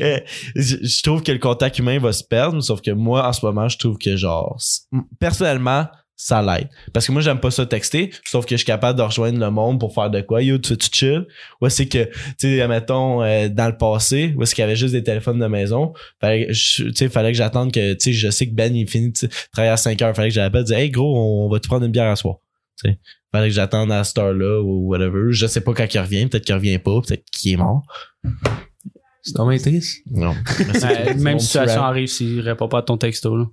S1: Euh, je, je trouve que le contact humain va se perdre, sauf que moi, en ce moment, je trouve que genre, c- personnellement, ça l'aide. Parce que moi, j'aime pas ça texter, sauf que je suis capable de rejoindre le monde pour faire de quoi. Yo, tu tu chill? Ou c'est que, tu sais, mettons, dans le passé, où est-ce qu'il y avait juste des téléphones de maison, fallait, que je- tu sais, fallait que j'attende que, tu sais, je sais que Ben, il finit de t- travailler à 5 heures, fallait que j'appelle, dire, hey gros, on va te prendre une bière à soir. Tu sais, fallait que j'attende à cette heure-là ou whatever. Je sais pas quand il revient, peut-être qu'il revient pas, peut-être qu'il est mort.
S2: C'est dommage triste.
S1: Non.
S3: Ouais,
S1: Mon
S3: même
S1: petit
S3: situation
S1: rap.
S3: arrive s'il répond pas à ton texto. Là.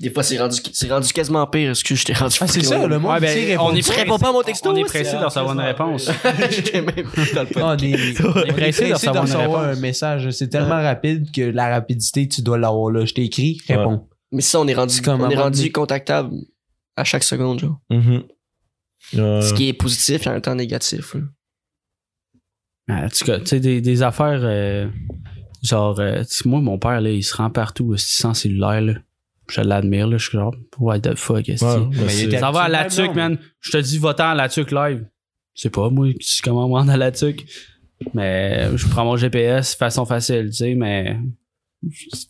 S4: Des fois, c'est rendu, c'est rendu quasiment pire. Excuse, je t'ai rendu.
S2: Ah, c'est
S4: fucking
S2: ça,
S4: loin.
S2: le monde,
S3: Ouais, ben,
S2: tu sais,
S3: on
S2: répond-
S3: est
S4: Tu réponds pas à mon texto.
S3: on est
S4: ouais,
S3: pressé de recevoir une réponse.
S4: J'étais même plus dans le podcast.
S2: on est- on est pressé de recevoir,
S3: une
S2: un
S3: réponse.
S2: message. C'est tellement rapide que la rapidité, tu dois l'avoir là. Je t'ai écrit, réponds.
S4: Mais ça, on est rendu,
S2: C'est comme
S4: on est
S2: un moment
S4: rendu
S2: donné.
S4: contactable à chaque seconde, genre.
S1: Mhm. Euh,
S4: Ce qui est positif et en même temps négatif. là.
S3: Ah, en tout cas, tu sais, des, des affaires. euh, genre, euh, tu sais, moi, mon père, là, il se rend partout euh, sans cellulaire. Là. Je l'admire. là, Je suis genre, what the fuck, est-ce
S1: ouais,
S3: que
S1: bah,
S2: mais il
S1: c'est-
S2: était-
S3: Ça va à la
S2: Absolument,
S3: tuque, man. Je te dis, va-t'en à la tuque live. C'est pas moi qui sais comment me rendre à la tuque. Mais je prends mon GPS façon facile, tu sais, mais.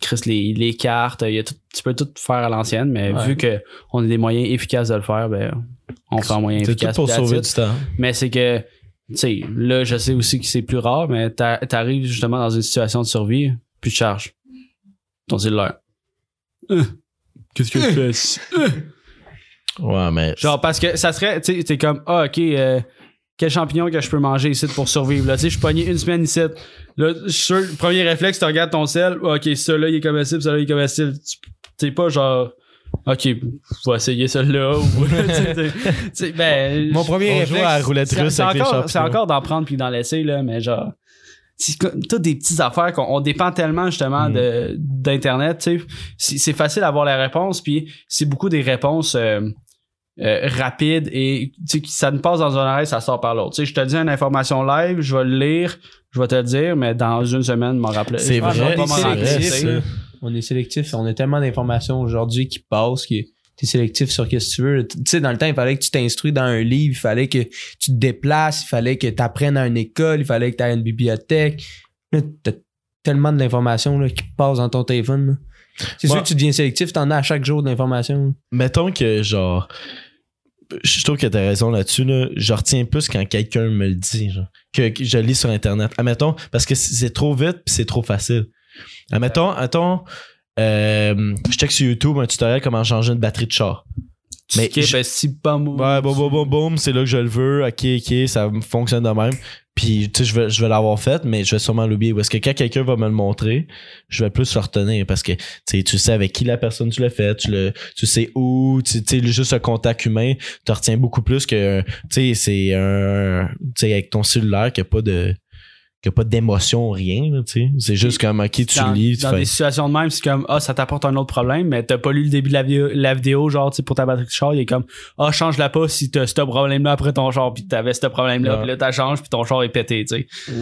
S3: Chris, les, les cartes, il y a tout- tu peux tout faire à l'ancienne, mais
S2: Ouais.
S3: vu que on a des moyens efficaces de le faire, ben, on fait un moyen
S1: c'est tout
S3: efficace.
S1: pour
S3: puis that's
S1: sauver
S3: it.
S1: du temps.
S3: Mais c'est que, tu sais, là, je sais aussi que c'est plus rare, mais t'a- t'arrives justement dans une situation de survie, puis tu charges ton cellulaire. Hein? Qu'est-ce que je fais? ici?
S1: Ouais, mais.
S3: Genre, parce que ça serait, tu sais, t'es comme, ah, ok, euh, quel champignon que je peux manger ici pour survivre, là, tu sais, je suis pogné une semaine ici. Là, je suis sûr, le premier réflexe, tu regardes ton sel, Ah, ok, celui-là, il est comestible, celui-là, il est comestible. Tu- T'es pas genre, ok, je vais essayer celui-là. ou- tu sais, tu sais, tu sais, ben,
S1: Mon
S3: je-
S1: premier
S3: on
S1: réflexe,
S3: joue à la roulette
S1: c'est-
S3: russe
S1: c'est
S3: avec les
S1: encore-
S3: champignons.
S1: c'est
S3: C'est
S1: encore
S3: encore d'en prendre puis d'en laisser, là, mais genre. C'est comme- toutes des petites affaires qu'on on dépend tellement justement
S1: Mm.
S3: de d'internet, tu sais. C'est- C'est facile d'avoir la réponse, puis c'est beaucoup des réponses euh, euh, rapides et tu sais, qui- ça ne passe dans une oreille, ça sort par l'autre. Tu sais, je te dis une information live, je vais le lire, je vais te le dire, mais dans une semaine, m'en rappeler.
S1: C'est
S3: je vais
S1: vrai,
S3: pas m'en
S1: c'est
S3: rappeler,
S1: vrai,
S3: tu sais.
S1: ça.
S2: On est sélectif. On a tellement d'informations aujourd'hui qui passent que t'es sélectif sur qu'est-ce que tu veux. Tu sais, dans le temps, il fallait que tu t'instruis dans un livre, il fallait que tu te déplaces, il fallait que tu apprennes à une école, il fallait que tu ailles à une bibliothèque. Là, t'as tellement de l'information là, qui passe dans ton téléphone. là. C'est
S1: Moi-
S2: sûr que tu deviens sélectif, t'en as à chaque jour de l'information.
S1: Mettons que, genre. Je trouve que t'as raison là-dessus, là. Je retiens plus quand quelqu'un me le dit, genre, que, que je lis sur Internet. Admettons, parce que c'est c'est trop vite pis c'est trop facile. Admettons, attends, euh, je check sur YouTube un tutoriel comment changer une batterie de char.
S3: Tu
S1: Mais
S3: skippes,
S1: je-
S3: ben, si pas moi.
S1: Ouais, boum, boum, boum, boum, c'est là que je le veux. Ok, ok, ça me fonctionne de même. Puis, tu sais, je vais, je vais l'avoir fait, mais je vais sûrement l'oublier. Parce que quand quelqu'un va me le montrer, je vais plus le retenir. Parce que, tu sais, tu sais avec qui la personne tu l'as fait, tu, le, tu sais où, tu tu sais, juste le contact humain, tu retiens beaucoup plus que, tu sais, c'est un, tu sais, avec ton cellulaire qui a pas de, qui a pas d'émotion, rien, là, tu sais. C'est juste comme, ok, tu
S3: dans,
S1: lis, tu
S3: dans
S1: fais-
S3: des situations de même, c'est comme ah ça t'apporte un autre problème, mais t'as pas lu le début de la, vidéo- la vidéo, genre tu sais, pour ta batterie de char, il est comme ah change-la pas si t'as ce problème-là après ton char, puis t'avais ce problème-là,
S1: Ouais.
S3: puis là t'as change, puis ton char est pété, tu sais.
S4: Mm.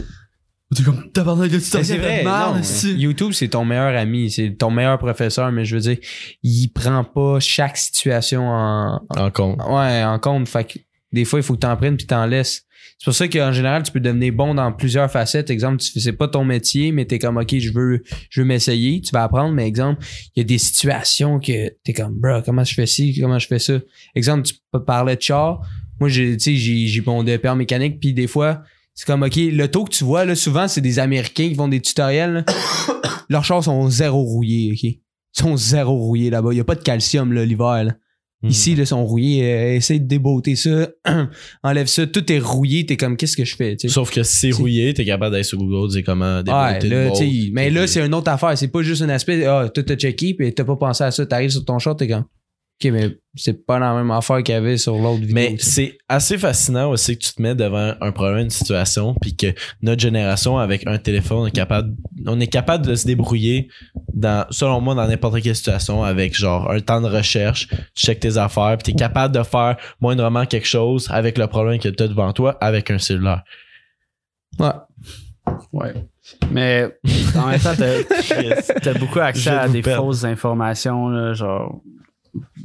S3: T'es comme t'as parlé de ça,
S2: non, YouTube, c'est ton meilleur ami, c'est ton meilleur professeur, mais je veux dire, il prend pas chaque situation en,
S1: en compte.
S2: Ouais, en compte. Fait que des fois, il faut que t'en prennes puis t'en laisses. C'est pour ça qu'en général, tu peux devenir bon dans plusieurs facettes. Exemple, tu fais- c'est pas ton métier, mais t'es comme, OK, je veux, je veux m'essayer. Tu vas apprendre, mais exemple, il y a des situations que t'es comme, bro, comment je fais ci, comment je fais ça? Exemple, tu peux parler de char. Moi, j'ai, tu sais, j'ai, j'ai mon DEP en mécanique, puis des fois, c'est comme, OK, le taux que tu vois, là, souvent, c'est des Américains qui font des tutoriels. là. Leurs chars sont zéro rouillés, OK? Ils sont zéro rouillés là-bas. Il n'y a pas de calcium, là, l'hiver, là.
S1: Mm.
S2: Ici, là, ils sont rouillés. euh, essaye de débeauter ça. Enlève ça. Tout est rouillé. T'es comme, qu'est-ce que je fais? tu sais?
S1: Sauf que si c'est
S2: Si.
S1: rouillé, t'es capable d'aller sur Google, dire comment
S2: Ouais,
S1: démonter
S2: là,
S1: le
S2: tu sais,
S1: mold.
S2: mais là,
S1: Puis-
S2: c'est une autre affaire. C'est pas juste un aspect. Ah, tout t'as checké, puis t'as pas pensé à ça. T'arrives sur ton short, t'es comme. Ok, mais c'est pas la même affaire qu'il y avait sur l'autre vidéo.
S1: Mais c'est assez fascinant aussi que tu te mets devant un problème, une situation, puis que notre génération, avec un téléphone, est capable, on est capable de se débrouiller, dans, selon moi, dans n'importe quelle situation, avec genre un temps de recherche, tu checkes tes affaires, puis tu es capable de faire moindrement quelque chose avec le problème que tu as devant toi avec un cellulaire.
S2: Ouais.
S3: Ouais. Mais en même temps, t'as t'as beaucoup accès
S1: Je
S3: à
S1: vous
S3: des
S1: perds.
S3: fausses informations, là, genre.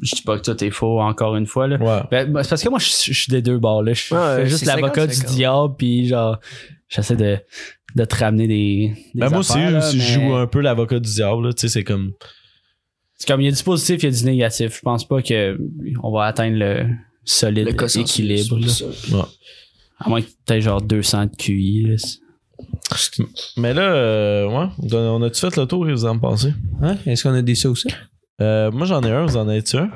S3: Je dis pas que tout est faux, encore une fois. Là.
S1: Ouais.
S3: Ben, ben, c'est parce que moi, je je suis des deux bords. Là. Je suis
S4: Ouais,
S3: je fais
S4: ouais,
S3: juste
S4: c'est
S3: l'avocat
S4: 50,
S3: du
S4: 50.
S3: diable, puis genre, j'essaie de, de te ramener des. des
S1: Ben, moi aussi,
S3: affaires, là,
S1: je
S3: mais
S1: joue un peu l'avocat du diable, là, tu sais, c'est comme.
S3: C'est comme il y a du positif, il y a du négatif. Je pense pas que on va atteindre le solide
S4: Le consensus
S3: équilibre. là.
S4: sur ça.
S3: À moins que t'aies genre 200 de QI. là.
S1: Mais là, euh, ouais, on a-tu fait le tour, vous en pensez?
S2: Hein? Est-ce qu'on a des ça ou ça?
S1: Euh, moi, j'en ai un, vous en avez-tu un?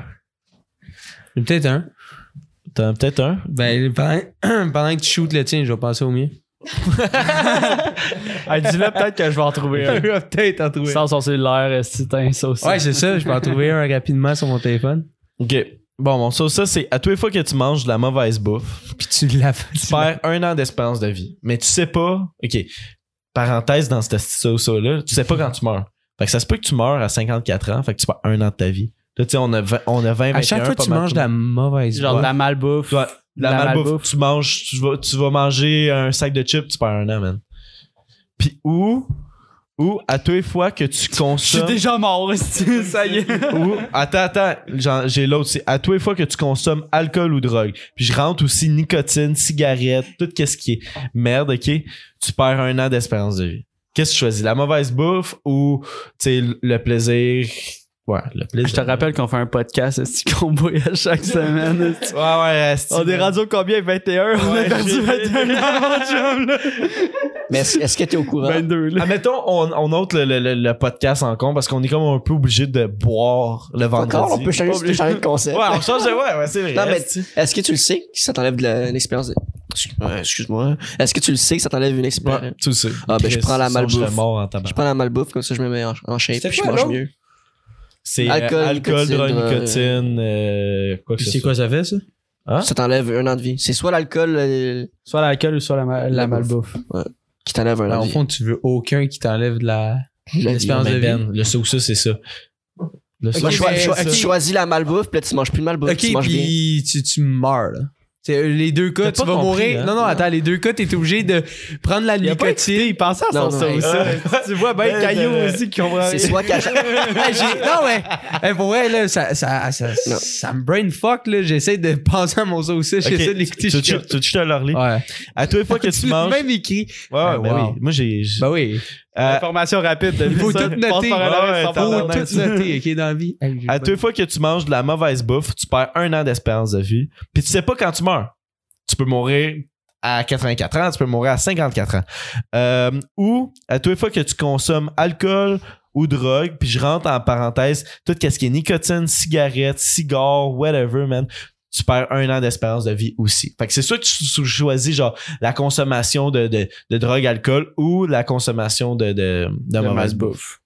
S2: Peut-être un.
S1: T'en as peut-être un?
S2: Ben, pendant, pendant que tu shootes le tien, je vais passer au mien.
S3: Dis-le peut-être que je vais en trouver
S2: Je vais peut-être en trouver un.
S3: Sans son cellulaire, c'est un ça aussi.
S2: Ouais, c'est ça. Je peux en trouver un rapidement sur mon téléphone.
S1: Ok. Bon, bon, ça, ça c'est à tous les fois que tu manges de la mauvaise bouffe,
S2: Puis tu l'as fait.
S1: tu perds un an d'espérance de vie. Mais tu sais pas. Ok. Parenthèse dans cette ça, ça là, tu sais pas quand tu meurs. Fait que ça se peut que tu meurs à 54 ans, fait que tu perds un an de ta vie. Là, tu sais, on a 20, on a 20
S2: À chaque
S1: 21,
S2: fois que
S1: pas
S2: tu
S1: mal
S2: manges
S1: tout
S2: de
S1: le
S2: la mauvaise
S3: Genre de
S2: boîte.
S3: la malbouffe.
S1: Ouais, de la,
S3: la
S1: malbouffe.
S3: malbouffe.
S1: Tu manges, tu vas, tu vas manger un sac de chips, tu perds un an, man. Puis ou, ou à tous les fois que tu
S3: Je suis
S1: consommes.
S3: déjà mort, esti, ça y est.
S1: ou attends attends j'en- j'ai l'autre c'est à tous les fois que tu consommes alcool ou drogue puis je rentre aussi nicotine cigarette tout qu'est-ce qui est merde ok tu perds un an d'espérance de vie qu'est-ce que tu choisis la mauvaise bouffe ou tu sais le plaisir ouais le plaisir
S3: Je te rappelle qu'on fait un podcast, esti, qu'on voit à chaque semaine. esti.
S1: ouais ouais esti.
S3: On est rendu au combien? 21? on a
S1: Ouais,
S3: perdu
S1: j'ai-
S3: 21 ans, chum, là.
S4: Mais est-ce est-ce que t'es au courant?
S2: Ben,
S3: 22, là.
S1: Admettons, on, on note le, le- le- le podcast en compte parce qu'on est comme un peu obligé de boire le vendredi.
S4: Encore, on peut changer,
S1: Ouais,
S4: changer de concept.
S1: on change de. Ouais, ouais, c'est vrai.
S4: Non, mais-
S1: esti.
S4: Est-ce que tu le sais que ça t'enlève de la- l'expérience de... Excuse- ouais, Excuse-moi. Est-ce que tu le sais que ça t'enlève une expérience?
S1: Ouais, tu le sais.
S4: Ah, ben, je prends la
S1: Sinon, je serais
S4: malbouffe.
S1: mort en
S4: Je
S1: tabac.
S4: prends la malbouffe, comme ça je me mets en, en shape
S2: C'était
S4: puis je
S2: quoi,
S4: mange
S2: l'autre?
S4: mieux.
S1: C'est euh,
S4: Alcool,
S1: alcool,
S4: nicotine,
S1: drogue,
S4: drogue.
S1: nicotine, euh, quoi que
S2: Puis
S1: ce soit.
S2: ça fait, ça?
S1: Hein?
S4: Ça t'enlève un an de vie. C'est soit l'alcool euh,
S3: Soit l'alcool ou soit la, ma- la malbouffe.
S4: qui t'enlève un
S2: Ben,
S4: an
S2: au
S4: de vie.
S2: fond, tu veux aucun qui t'enlève de la.
S4: La vie.
S2: l'espérance
S1: Mais
S2: de vie.
S1: Ben, le sauce, c'est ça. Le
S4: Moi,
S2: Ok,
S4: je choisis-
S2: mais
S4: je choisis-
S2: ça-
S4: Tu choisis la malbouffe, puis là, tu manges plus de malbouffe,
S2: Ok,
S4: tu manges bien.
S2: puis tu, tu meurs, là. C'est- euh, les deux cas,
S1: T'as
S2: tu
S1: pas
S2: vas
S1: compris,
S2: mourir.
S1: hein?
S2: Non, non, attends, les deux cas, t'es obligé de prendre la nicotine.
S3: il pensait à
S4: Non,
S3: son
S4: non,
S3: ça
S4: ouais.
S3: ou ça.
S1: tu vois,
S3: Ben, Caillou
S1: euh,
S3: aussi qui comprend
S4: C'est soit qu'à chaque...
S2: Hey, j'ai- non, mais hey, pour vrai, là, ça, ça, ça,
S4: Non.
S2: ça me brain fuck. là. J'essaie de penser à mon saucisse,
S1: Ok,
S2: j'essaie de
S1: tu tu-
S2: l'écouter. jusqu'à-
S1: tu- tu- tu te leur lis.
S2: Ouais.
S1: À toutes les fois que tu
S2: Tu l'as
S1: manges.
S2: même écrit.
S1: Ouais, ouais,
S2: Ah,
S1: ben
S2: wow.
S1: oui. Moi, j'ai. j'ai- euh,
S2: Ben oui.
S1: à-
S3: Euh, Information rapide.
S2: Il faut tout noter.
S1: ouais,
S2: Il faut
S1: tabarnak.
S2: tout noter, ok, dans la vie. Hey, j'ai
S1: À
S2: pas-
S1: toutes les fois que tu manges de la mauvaise bouffe, tu perds un an d'espérance de vie. Puis tu sais pas quand tu meurs. Tu peux mourir à 84 ans, tu peux mourir à 54 ans. Euh, ou à toutes les fois que tu consommes alcool ou drogue, puis je rentre en parenthèse, tout ce qui est nicotine, cigarette, cigare, whatever, man, tu perds un an d'espérance de vie aussi. Fait que c'est sûr que tu tu choisis genre la consommation de, de, de drogue, alcool ou la consommation de, de, de mauvaise bouffe.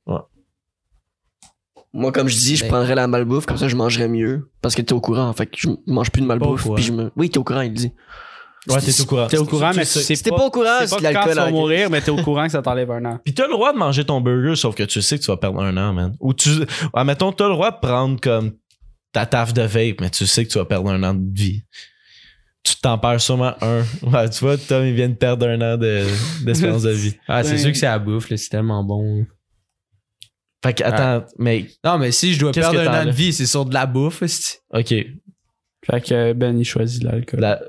S4: Moi, comme je dis, je
S2: Ben.
S4: prendrais la malbouffe, comme ça je mangerais mieux. Parce que t'es au courant, fait que je mange plus de malbouffe,
S2: courant.
S4: puis je me... Oui, t'es au courant, il le dit.
S1: Ouais, t'es au courant.
S3: T'es au courant,
S1: Tu
S3: mais
S1: sais.
S3: c'est
S4: C'était pas au courant,
S3: c'est
S4: c'est
S3: pas
S4: de
S3: quand tu
S4: l'alcool.
S3: vas
S4: avec-
S3: mourir, mais t'es au courant que ça t'enlève un an.
S1: Pis t'as le droit de manger ton burger, sauf que tu sais que tu vas perdre un an, man. Ou tu. Admettons, t'as le droit de prendre comme ta taf de vape, mais tu sais que tu vas perdre un an de vie. Tu t'en perds sûrement un. Ouais, tu vois, Tom, il vient de perdre un an de- d'espérance de, vie.
S2: Ah, c'est
S3: Ben-
S2: sûr que c'est à la bouffe, là, c'est tellement bon.
S1: Fait que,
S4: Ah.
S1: attends, mais.
S2: Non, mais si je dois
S1: Qu'est-ce
S2: perdre
S1: que
S2: un an de
S1: t'enlèves?
S2: vie, c'est sur de la bouffe. esti.
S1: Ok.
S3: Fait que Ben, il choisit l'alcool.
S1: la-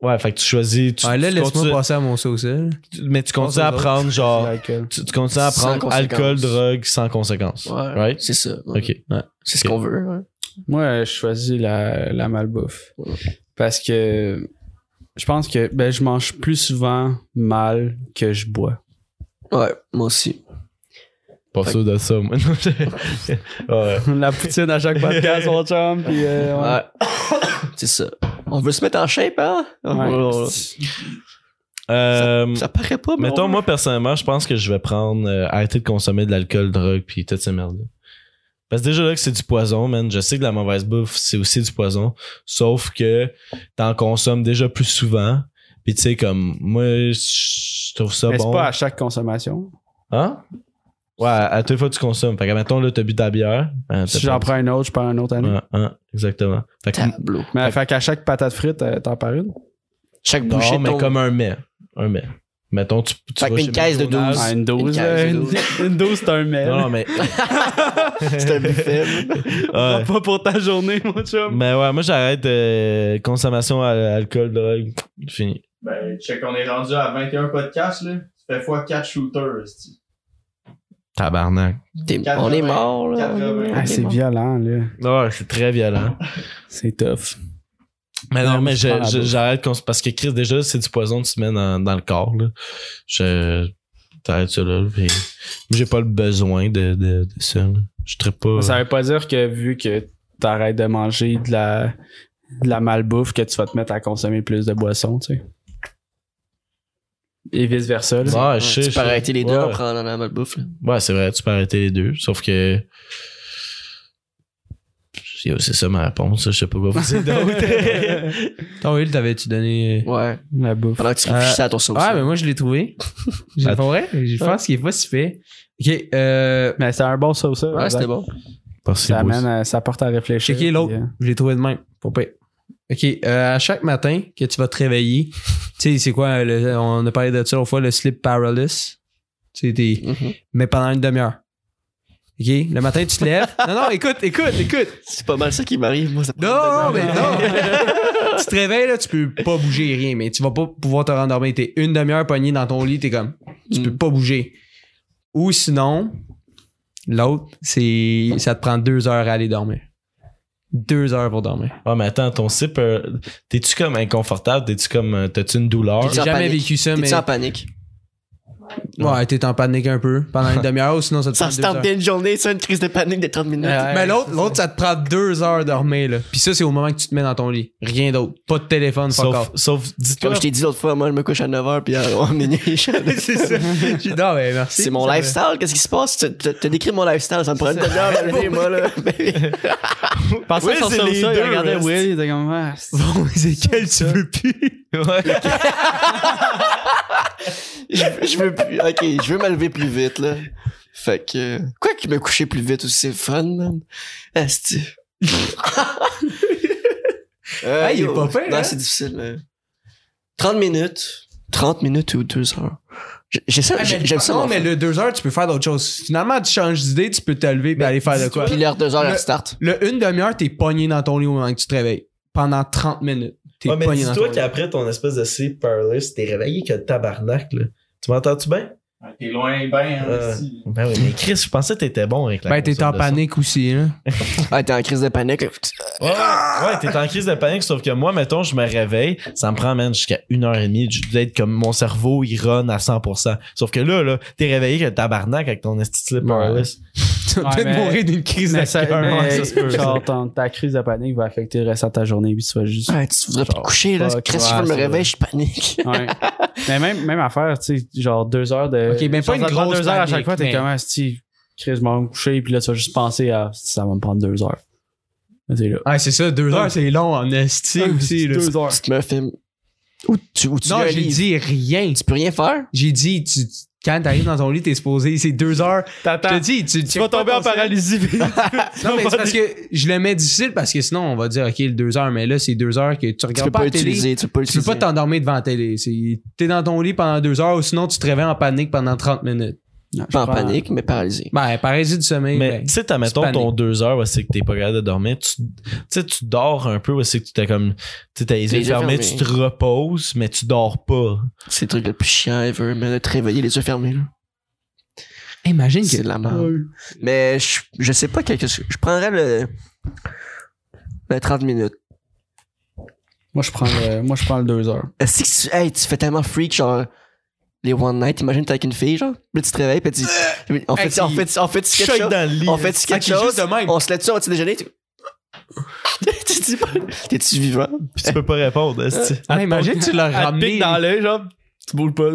S1: ouais, fait que tu choisis. Tu,
S2: Ouais, là,
S1: tu
S2: laisse-moi
S1: continues-
S2: passer à mon saucisse.
S1: tu- mais tu continues à
S2: aux autres.
S1: prendre, genre.
S3: L'alcool.
S1: Tu, tu continues à
S4: Sans
S1: prendre alcool,
S4: conséquence.
S1: drogue, sans conséquence.
S4: Ouais,
S1: Right?
S4: c'est ça. ouais.
S1: Ok. Ouais.
S4: C'est ce
S1: Ok.
S4: qu'on veut. ouais.
S3: Moi, je choisis la, la malbouffe.
S4: Ouais.
S3: Parce que je pense que ben, je mange plus souvent mal que je bois.
S4: Ouais, moi aussi.
S1: Pas
S4: Fait
S1: sûr de ça, moi. Non, je- ouais.
S3: La poutine à chaque podcast, mon chum. Puis, euh, on-
S4: Ouais. C'est ça. On veut se mettre en shape, hein?
S3: Ouais.
S1: Euh,
S4: Ça paraît pas, mais.
S1: mettons,
S4: on-
S1: moi, personnellement, je pense que je vais prendre euh, arrêter de consommer de l'alcool, drogue, puis toutes ces merdes-là. Parce que déjà là que c'est du poison, man. Je sais que la mauvaise bouffe, c'est aussi du poison. Sauf que t'en consommes déjà plus souvent. Puis tu sais, comme moi, je trouve ça
S3: Mais c'est
S1: bon.
S3: pas à chaque consommation.
S1: Hein? Ouais, à toutes les fois que tu consommes. Fait que, mettons, là, t'as bu de la bière. hein,
S3: Si
S1: t'as
S3: j'en
S1: pas-
S3: prends une autre, je prends une autre année.
S1: Ouais, hein, exactement. Fait que,
S4: Tableau.
S3: Mais fait qu'à chaque patate frite, euh, t'en pares une.
S4: Chaque
S1: non,
S4: bouchée de
S1: mais
S4: ton-
S1: comme un mets. Un mets. Mettons, tu, tu
S4: Fait
S1: vas
S4: qu'une
S1: chez
S4: caisse de
S1: McDonald's.
S4: Ah,
S3: Ah, une dose.
S4: une
S3: euh,
S4: caisse,
S3: Une,
S4: une
S3: une dose, c'est un mel.
S1: Non, non, mais.
S4: C'est un buffet. là.
S1: Ouais.
S3: Pas pour ta journée, mon chum.
S1: Mais Ben ouais, moi, j'arrête euh, consommation à alcool, drogue. Fini.
S5: Ben, check, on est rendu à 21 podcasts, là. Tu fais fois 4 shooters, esti.
S1: Tabarnak.
S4: T'es- On est mort, là.
S5: 80.
S4: On est
S3: Ah, c'est
S4: mort.
S3: violent, là.
S1: Ah Ouais, c'est très violent.
S3: C'est tough.
S1: Mais non,
S3: Ouais,
S1: mais
S3: je prends
S1: je-
S3: la
S1: je-
S3: bouffe.
S1: j'arrête cons- parce que Chris, déjà, c'est du poison que tu mets dans, dans le corps. Là. Je t'arrêtes ça là. puis j'ai pas le besoin de, de, de ça. là. Je serais pas.
S3: Ça veut pas dire que vu que t'arrêtes de manger de la, de la malbouffe, que tu vas te mettre à consommer plus de boissons, tu sais. Et vice versa. là.
S2: Ah,
S1: Ouais, je sais,
S4: Tu
S1: je
S4: peux
S1: sais.
S4: arrêter les deux
S1: Ouais.
S4: en prenant la malbouffe, là.
S1: Ouais, c'est vrai, tu peux arrêter les deux. Sauf que. Yo, C'est ça ma réponse. Je sais pas quoi vous dire d'autre.
S2: Ton Will, t'avais-tu donné.
S4: Ouais.
S3: La bouffe.
S4: Pendant que tu
S2: Euh,
S4: réfléchis à ton sauce.
S2: Ouais,
S4: là.
S2: mais moi, je l'ai trouvé. J'ai pas vrai. Je pense qu'il est pas si fait. Ok, euh.
S3: Mais c'est un bon sauce. ça.
S4: Ouais, c'était
S2: ben,
S4: bon.
S1: Parce que
S3: Ça, amène
S1: moi,
S3: à- ça porte à réfléchir.
S2: Checker l'autre.
S3: puis, euh,
S2: Je l'ai trouvé de même. Pas pire. OK. euh, à chaque matin que tu vas te réveiller, tu sais, c'est quoi? le- on a parlé de ça l'autre fois, le sleep paralysis. Tu sais, t'es-
S4: Mhm.
S2: mais pendant une demi-heure. OK? Le matin, tu te lèves. non, non, écoute, écoute, écoute.
S4: C'est pas mal ça qui m'arrive, moi. ça prend
S2: Non,
S4: une
S2: mais
S4: demi-heure.
S2: non. tu te réveilles, là, tu peux pas bouger rien, mais tu vas pas pouvoir te rendormir. T'es une demi-heure pogné dans ton lit, t'es comme, tu peux
S4: Mm.
S2: pas bouger. Ou sinon, l'autre, c'est, ça te prend deux heures à aller dormir. Deux heures pour dormir.
S1: Ouais, Ah, mais attends, ton sip, euh, t'es-tu comme inconfortable? T'es-tu comme. euh, T'as-tu une douleur?
S4: T'es-tu
S2: J'ai
S4: en
S2: jamais
S4: panique.
S2: vécu ça, mais.
S4: T'es-tu en panique?
S2: Ouais, t'es en panique un peu pendant une demi-heure, ou sinon ça te
S4: Ça
S2: prend
S4: se
S2: deux
S4: tente
S2: heures.
S4: bien une journée, ça, une crise de panique de 30 minutes.
S2: Mais l'autre, l'autre, ça te prend deux heures de dormir, là. Puis ça, c'est au moment que tu te mets dans ton lit. Rien d'autre. Pas de téléphone, pas
S1: Sauf,
S2: encore.
S1: sauf
S4: Comme
S1: dis-toi.
S4: je t'ai dit l'autre fois, moi, je me couche à 9h, puis à 11 minutes.
S2: c'est ça. J'ai- non, mais merci.
S4: C'est mon
S2: Ça me-
S4: lifestyle, qu'est-ce qui se passe? Tu- tu- T'as décrit mon lifestyle, ça me prend une demi-heure à me lever, moi, là.
S3: Pensez
S1: Oui,
S3: à son
S1: c'est
S3: sauce,
S1: les
S3: il
S1: deux,
S3: regardait
S1: reste.
S3: Will, il était comme. Ah, c'est-
S2: Bon, c'est quel tu veux plus? Ah,
S4: je, je veux plus. Ok, je veux me lever plus vite, là. Fait que. Quoi qu'il me coucher plus vite aussi, c'est le fun, man. Asti. Euh,
S2: Hey, il est
S4: yo,
S2: pas fin,
S4: Non,
S2: hein?
S4: c'est difficile. mais- 30 minutes. 30 minutes ou 2 heures. J- J'essaie,
S2: Ah, mais-
S4: j- j'aime ça.
S2: Non,
S4: mon
S2: mais
S4: fun.
S2: le deux heures, tu peux faire d'autres choses. Finalement, tu changes d'idée, tu peux te lever et aller faire de quoi.
S4: Puis l'heure 2 heures,
S2: le-
S4: elle restart.
S2: Le une demi-heure, t'es pogné dans ton lit au moment que tu te réveilles. Pendant 30 minutes. T'es
S1: Ouais, Ah, mais
S2: pogné dans ton
S1: dis-toi
S2: lit.
S1: qu'après ton espèce de sleep paralysis, t'es réveillé que le tabarnak, là. Tu m'entends-tu bien?
S5: Ouais, T'es loin, ben,
S1: Euh,
S5: hein, esti.
S1: Ben oui, mais Chris, je pensais que t'étais bon avec la
S2: Ben, t'es en
S1: consomme de ça.
S2: panique aussi, hein.
S4: Ah, t'es en crise de panique. là.
S1: Ouais, ouais, t'es en crise de panique, sauf que moi, mettons, je me réveille, ça me prend, man, jusqu'à une heure et demie d'être comme mon cerveau, il run à 100%. Sauf que là, là, t'es réveillé que le tabarnak avec ton esti de sleep
S2: Ouais.
S1: paralysis.
S2: Tu vas
S3: Ouais,
S2: peut-être
S3: mais-
S2: mourir d'une crise
S3: Mais
S2: de
S3: ça,
S2: cœur.
S3: mais-
S2: Ouais, ça se peut.
S3: genre, ton- ta crise de panique va affecter le reste de ta journée, puis tu vas juste.
S4: Ouais, Ah, tu voudrais pas
S2: Oh,
S4: te
S3: Genre,
S4: coucher, là.
S3: fuck,
S4: Chris, si je
S3: ouais,
S4: veux me
S3: c'est vrai.
S4: réveiller, je panique.
S3: Ouais. mais même, même affaire, tu sais, genre deux heures de.
S2: Ok, ben
S3: genre,
S2: pas une
S3: ça te prend
S2: grosse
S3: deux heures à chaque
S2: panique,
S3: fois, t'es
S2: mais-
S3: comme, ah, si, Chris, je m'en vais me coucher, puis là, tu vas juste penser à, ça va me prendre deux heures. Là, T'es là.
S2: Ah, c'est ça, deux Ah, heures, c'est long en esti aussi, là.
S3: deux heures.
S4: Tu te mets un film. Ou tu, ou tu
S2: Non,
S4: lis un
S2: j'ai
S4: livre.
S2: dit rien.
S4: Tu peux rien faire?
S2: J'ai dit, tu, quand t'arrives dans ton lit, t'es supposé, c'est deux heures. Je
S3: T'attends.
S2: te dis, tu,
S3: Tu vas tomber en paralysie.
S2: Non, mais c'est parce que je le mets difficile parce que sinon, on va dire, OK, le deux heures, mais là, c'est deux heures que tu
S4: Tu peux
S2: regardes pas
S4: pas
S2: la télé.
S4: utiliser, tu peux pas
S2: Tu peux
S4: utiliser.
S2: pas t'endormir devant la télé. C'est- T'es dans ton lit pendant deux heures ou sinon tu te réveilles en panique pendant 30 minutes.
S3: Non, je
S4: Pas en
S3: prends-
S4: panique, mais paralysé.
S2: Ben, paralysie du sommeil.
S1: Mais
S2: ben,
S1: tu sais, t'as, mettons,
S2: panique.
S1: ton deux heures, ouais, c'est que t'es pas capable de dormir. Tu tu sais, tu dors un peu, ouais, c'est que tu t'es comme. Tu sais, t'as les
S4: Les
S1: yeux
S4: yeux
S1: fermés,
S4: fermés.
S1: tu te reposes, mais tu dors pas.
S4: C'est le truc le plus chiant ever, mais de te réveiller les yeux fermés, là.
S2: imagine que.
S4: C'est de la merde. Mais je, je sais pas quelque chose. Je prendrais le. Le 30 minutes.
S3: Moi, je prends le, moi, je prends le deux heures.
S4: Est-ce que tu, hey, tu fais tellement freak, genre. les one night, imagine t'es avec une fille, genre. Puis tu te réveilles, puis tu. On
S2: Hey,
S4: fait,
S2: tu-
S4: on fait, on fait quelque
S1: Shake
S4: chose.
S1: dans le lit. Ah,
S4: On fait quelque
S2: Ok, juste
S4: chose.
S2: de même.
S4: On se lève dessus, on va-tu déjeuner? Tu tu dis pas. T'es-tu vivant?
S1: Puis tu peux pas répondre. esti.
S2: Ah, imagine, tu l'as
S1: Elle te pique
S2: ramené.
S1: dans l'œil, genre. Tu bouges pas.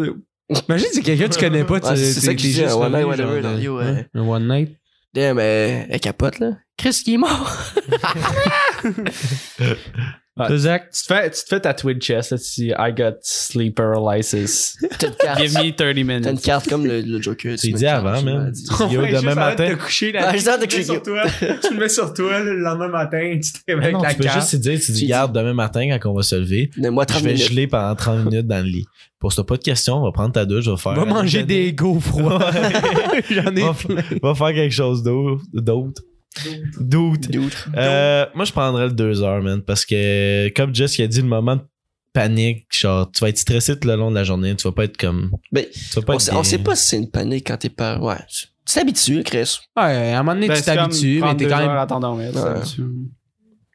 S2: Imagine, c'est quelqu'un que tu connais pas. tu-
S4: Ouais, c'est
S2: t'es-
S4: ça que
S2: t'es
S4: je disais,
S2: juste
S4: un one night,
S2: revenu,
S4: whatever,
S2: genre,
S4: dans- yo,
S2: de- hein?
S4: ouais.
S2: Un one night.
S4: Damn, mais elle capote, là. Chris, qui est mort.
S2: Toi, Zach,
S3: Tu te fais, tu te fais tatouer le chest, là, tu dis, I got sleep paralysis.
S4: T'as une carte.
S3: Give me 30 minutes.
S4: T'as une carte comme le, le Joker.
S1: C'est dit avant, man. Yo, demain matin.
S2: coucher
S4: la- Ah, je sens que tu le mets sur
S2: toi. Tu le mets sur toi le lendemain matin. Tu te
S1: Mais Ah, non, tu peux juste te dire, tu
S4: Tu
S1: dis,
S4: dis-
S1: garde, demain matin, quand on va se lever,
S4: Donne-moi
S1: je
S4: 30
S1: vais
S4: minutes.
S1: geler pendant 30 minutes dans le lit. Pose-toi pas de questions, va prendre ta douche, va faire.
S2: Va manger des go froids. J'en ai
S1: va,
S2: plein.
S1: va faire quelque chose d'au- d'autre. D'autre.
S4: Dude.
S1: Euh, moi, je prendrais le 2 heures, man, parce que, comme Jess il a dit, le moment de panique, genre, tu vas être stressé tout le long de la journée, tu vas pas être comme.
S4: Ben,
S1: tu vas pas
S4: On,
S1: être
S4: sait, on
S1: bien.
S4: sait pas si c'est une panique quand t'es pas. Ouais. Tu tu t'habitues, Chris.
S2: Ouais, à un moment donné,
S3: Ben,
S2: tu
S3: c'est comme
S2: t'habitues, mais
S3: prendre
S2: t'es
S3: deux
S2: quand
S3: heures
S2: même.
S3: à t'endormir, tu
S4: Ouais.
S3: t'habitues.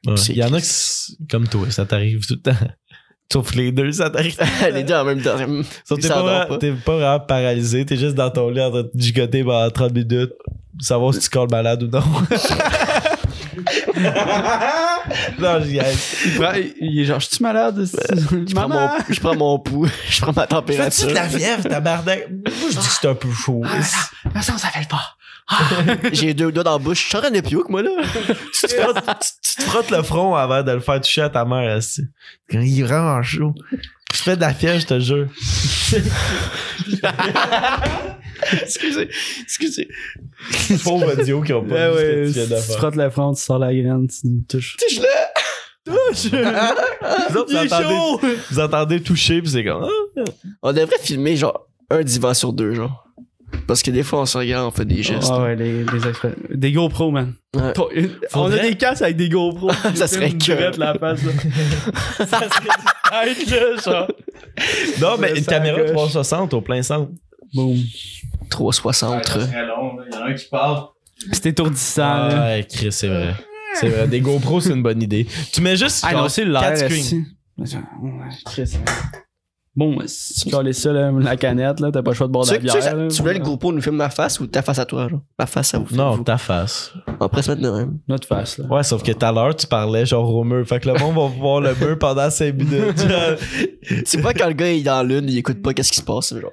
S1: Ouais.
S4: C'est-
S1: Il y en a qui, s- comme toi, ça t'arrive tout le temps. Sauf les deux, ça t'arrive.
S4: Les deux en même temps.
S1: Sauf que
S4: Ils
S1: T'es pas,
S4: s'endorment
S1: vraiment-
S4: pas.
S1: t'es pas vraiment paralysé, t'es juste dans ton lit en train de gigoter pendant 30 minutes, savoir si tu colles malade ou non. non, j'y aille.
S3: Il, prend- il- il est genre, je suis malade?
S4: Je prends, mon, je prends mon pouls, je prends ma température.
S1: fièvre, tabarnak? Moi, je dis que c'est un peu chaud.
S2: Ah,
S3: Ah, ça, on s'appelle pas.
S4: J'ai deux doigts dans la bouche. Je suis en train de pioque, moi, là.
S1: tu, te frottes, tu- tu te frottes le front avant de le faire toucher à ta mère, aussi. Il est vraiment chaud. Je fais de la fièvre, je te jure.
S4: Excusez. Excusez.
S1: Faux audio qui ont pas
S3: Ouais,
S1: vu
S3: ouais,
S1: ce
S3: tu
S1: que tu viens de
S3: te
S1: faire.
S3: frottes la fronte, tu sors la graine, tu le touches.
S1: Vous, autres, vous entendez, vous entendez toucher, puis c'est comme... Ah,
S4: On devrait filmer, genre, un divan sur deux, genre. Parce que des fois, on se regarde, on fait des gestes.
S3: Ah ouais, les, les exprès- Des GoPro, man.
S4: Ouais.
S3: Pas- On a
S1: Faudrait-
S3: des casques avec des GoPro.
S4: Ça serait
S3: que.
S4: que-
S3: la face, là. Arrête, là, genre.
S1: Non, mais une
S3: Ça
S1: caméra
S3: gauche.
S1: 360 au plein centre.
S3: Boum.
S4: 360.
S5: C'est très long, là. Il y en a un qui part.
S3: C'est étourdissant, là.
S1: Ah, Ouais, Chris, c'est vrai. C'est vrai. Des GoPros, c'est une bonne idée. Tu mets juste.
S3: Ah
S1: genre,
S3: non, c'est l'air.
S1: quatre screens.
S3: esti. Chris. Bon, si tu collais ça, là, la canette, là, t'as pas le choix de boire
S4: Tu,
S3: de la
S4: sais- tu sais, ça-
S3: bière. là.
S4: tu voulais le GoPro nous filme ma face ou ta face à toi, genre? Ma face à vous.
S1: Non,
S4: vous.
S1: ta face.
S4: On pourrait se mettre de même.
S3: Notre face, là.
S1: Ouais, sauf que tout à l'heure, tu parlais genre au mur. Fait que le monde va voir le mur pendant 5 minutes. Genre,
S4: C'est pas quand le gars est dans l'une, il écoute pas qu'est-ce qui se passe, genre.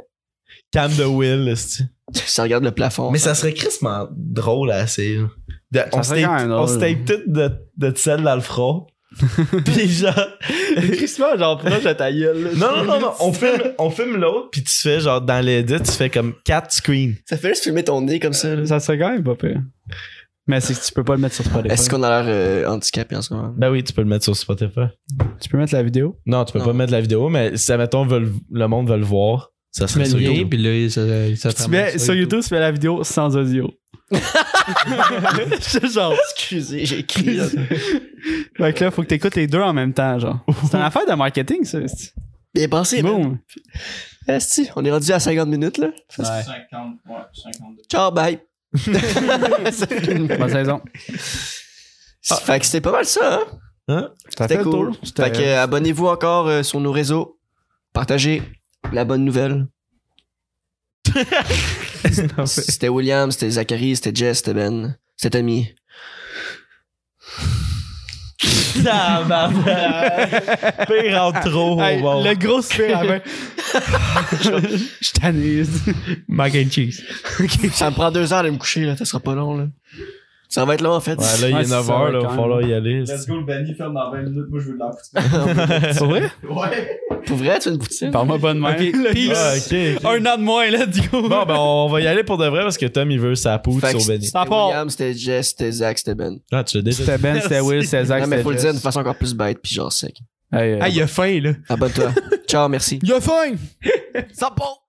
S1: Cam de Will, esti.
S4: Ça regarde le plafond.
S1: Mais ça serait crissement drôle à essayer. là. De- on se
S3: serait quand
S1: tape
S3: même
S1: on se
S3: drôle.
S1: tape toutes de, de sel dans le front. Puis genre.
S3: Crissement, genre, proche de ta gueule, là.
S1: Non, non, non, non. On filme, on filme l'autre, puis tu fais genre dans l'edit, tu fais comme 4 screens.
S4: Ça fait juste filmer ton nez comme ça, là.
S3: Ça serait quand même pas pire. Mais c'est que tu peux pas le mettre sur Spotify.
S4: Est-ce qu'on a l'air euh, handicapé en ce moment?
S1: Ben oui, tu peux le mettre sur Spotify.
S3: Tu peux mettre la vidéo?
S1: Non, tu peux
S4: Non.
S1: pas mettre la vidéo, mais si, admettons, veut le- le monde veut le voir, ça serait sur YouTube.
S2: puis là, ça, ça
S3: Tu mets, sur YouTube, tu mets la vidéo sans audio. C'est genre.
S4: Excusez, j'ai écrit. là.
S3: Fait que là, faut que t'écoutes les deux en même temps, genre. C'est une affaire de marketing, ça. esti.
S4: Bien pensé, man.
S3: Boum.
S4: Esti, on est rendu à 50 minutes, là.
S5: 50, ouais, 52.
S4: Ciao, bye. Ça fait une-
S3: Bonne saison.
S4: Ah, Fait que c'était pas mal ça, hein?
S3: Ça
S4: C'était cool. Fait que euh, abonnez-vous encore euh, sur nos réseaux. Partagez la bonne nouvelle. C'était William, c'était Zachary, c'était Jess, c'était Ben, c'était Tommy.
S1: Pire intro
S3: Hey,
S1: au monde.
S3: le gros sphere à main. Je je t'annise. Mac and cheese.
S4: Ça me prend deux heures de me coucher, là. Ça sera pas long, là. Ça va être long, en fait.
S1: Ouais, là, il
S3: Ouais,
S1: est
S3: c'est ça,
S1: 9h, là,
S3: ouais,
S1: il
S3: quand
S1: va falloir y aller.
S5: Let's go, le Benny ferme dans 20 minutes. Moi, je veux de la poutine.
S3: C'est vrai?
S5: Ouais.
S4: Pour vrai, tu veux une poutine?
S3: Parle-moi bonne main.
S1: Ah,
S3: Peace.
S1: ok, ok.
S3: Un an de moins, let's go.
S1: Bon, ben, on va y aller pour de vrai parce que Tom, il veut sa poudre
S4: Fait que
S1: sur Benny.
S4: c'était
S3: Ça part.
S4: William, c'était Jess, c'était Zach, c'était Ben.
S1: Ah, tu l'as déjà
S3: C'était Ben, c'était Will, c'était Zach,
S4: Non, mais
S3: c'était
S4: faut le dire
S3: Jess.
S4: d'une façon encore plus bête, puis genre sec.
S3: Hey, euh,
S2: Ah, il a faim, là.
S4: Abonne-toi. Ciao, merci.
S2: Il a faim!
S4: Ça part!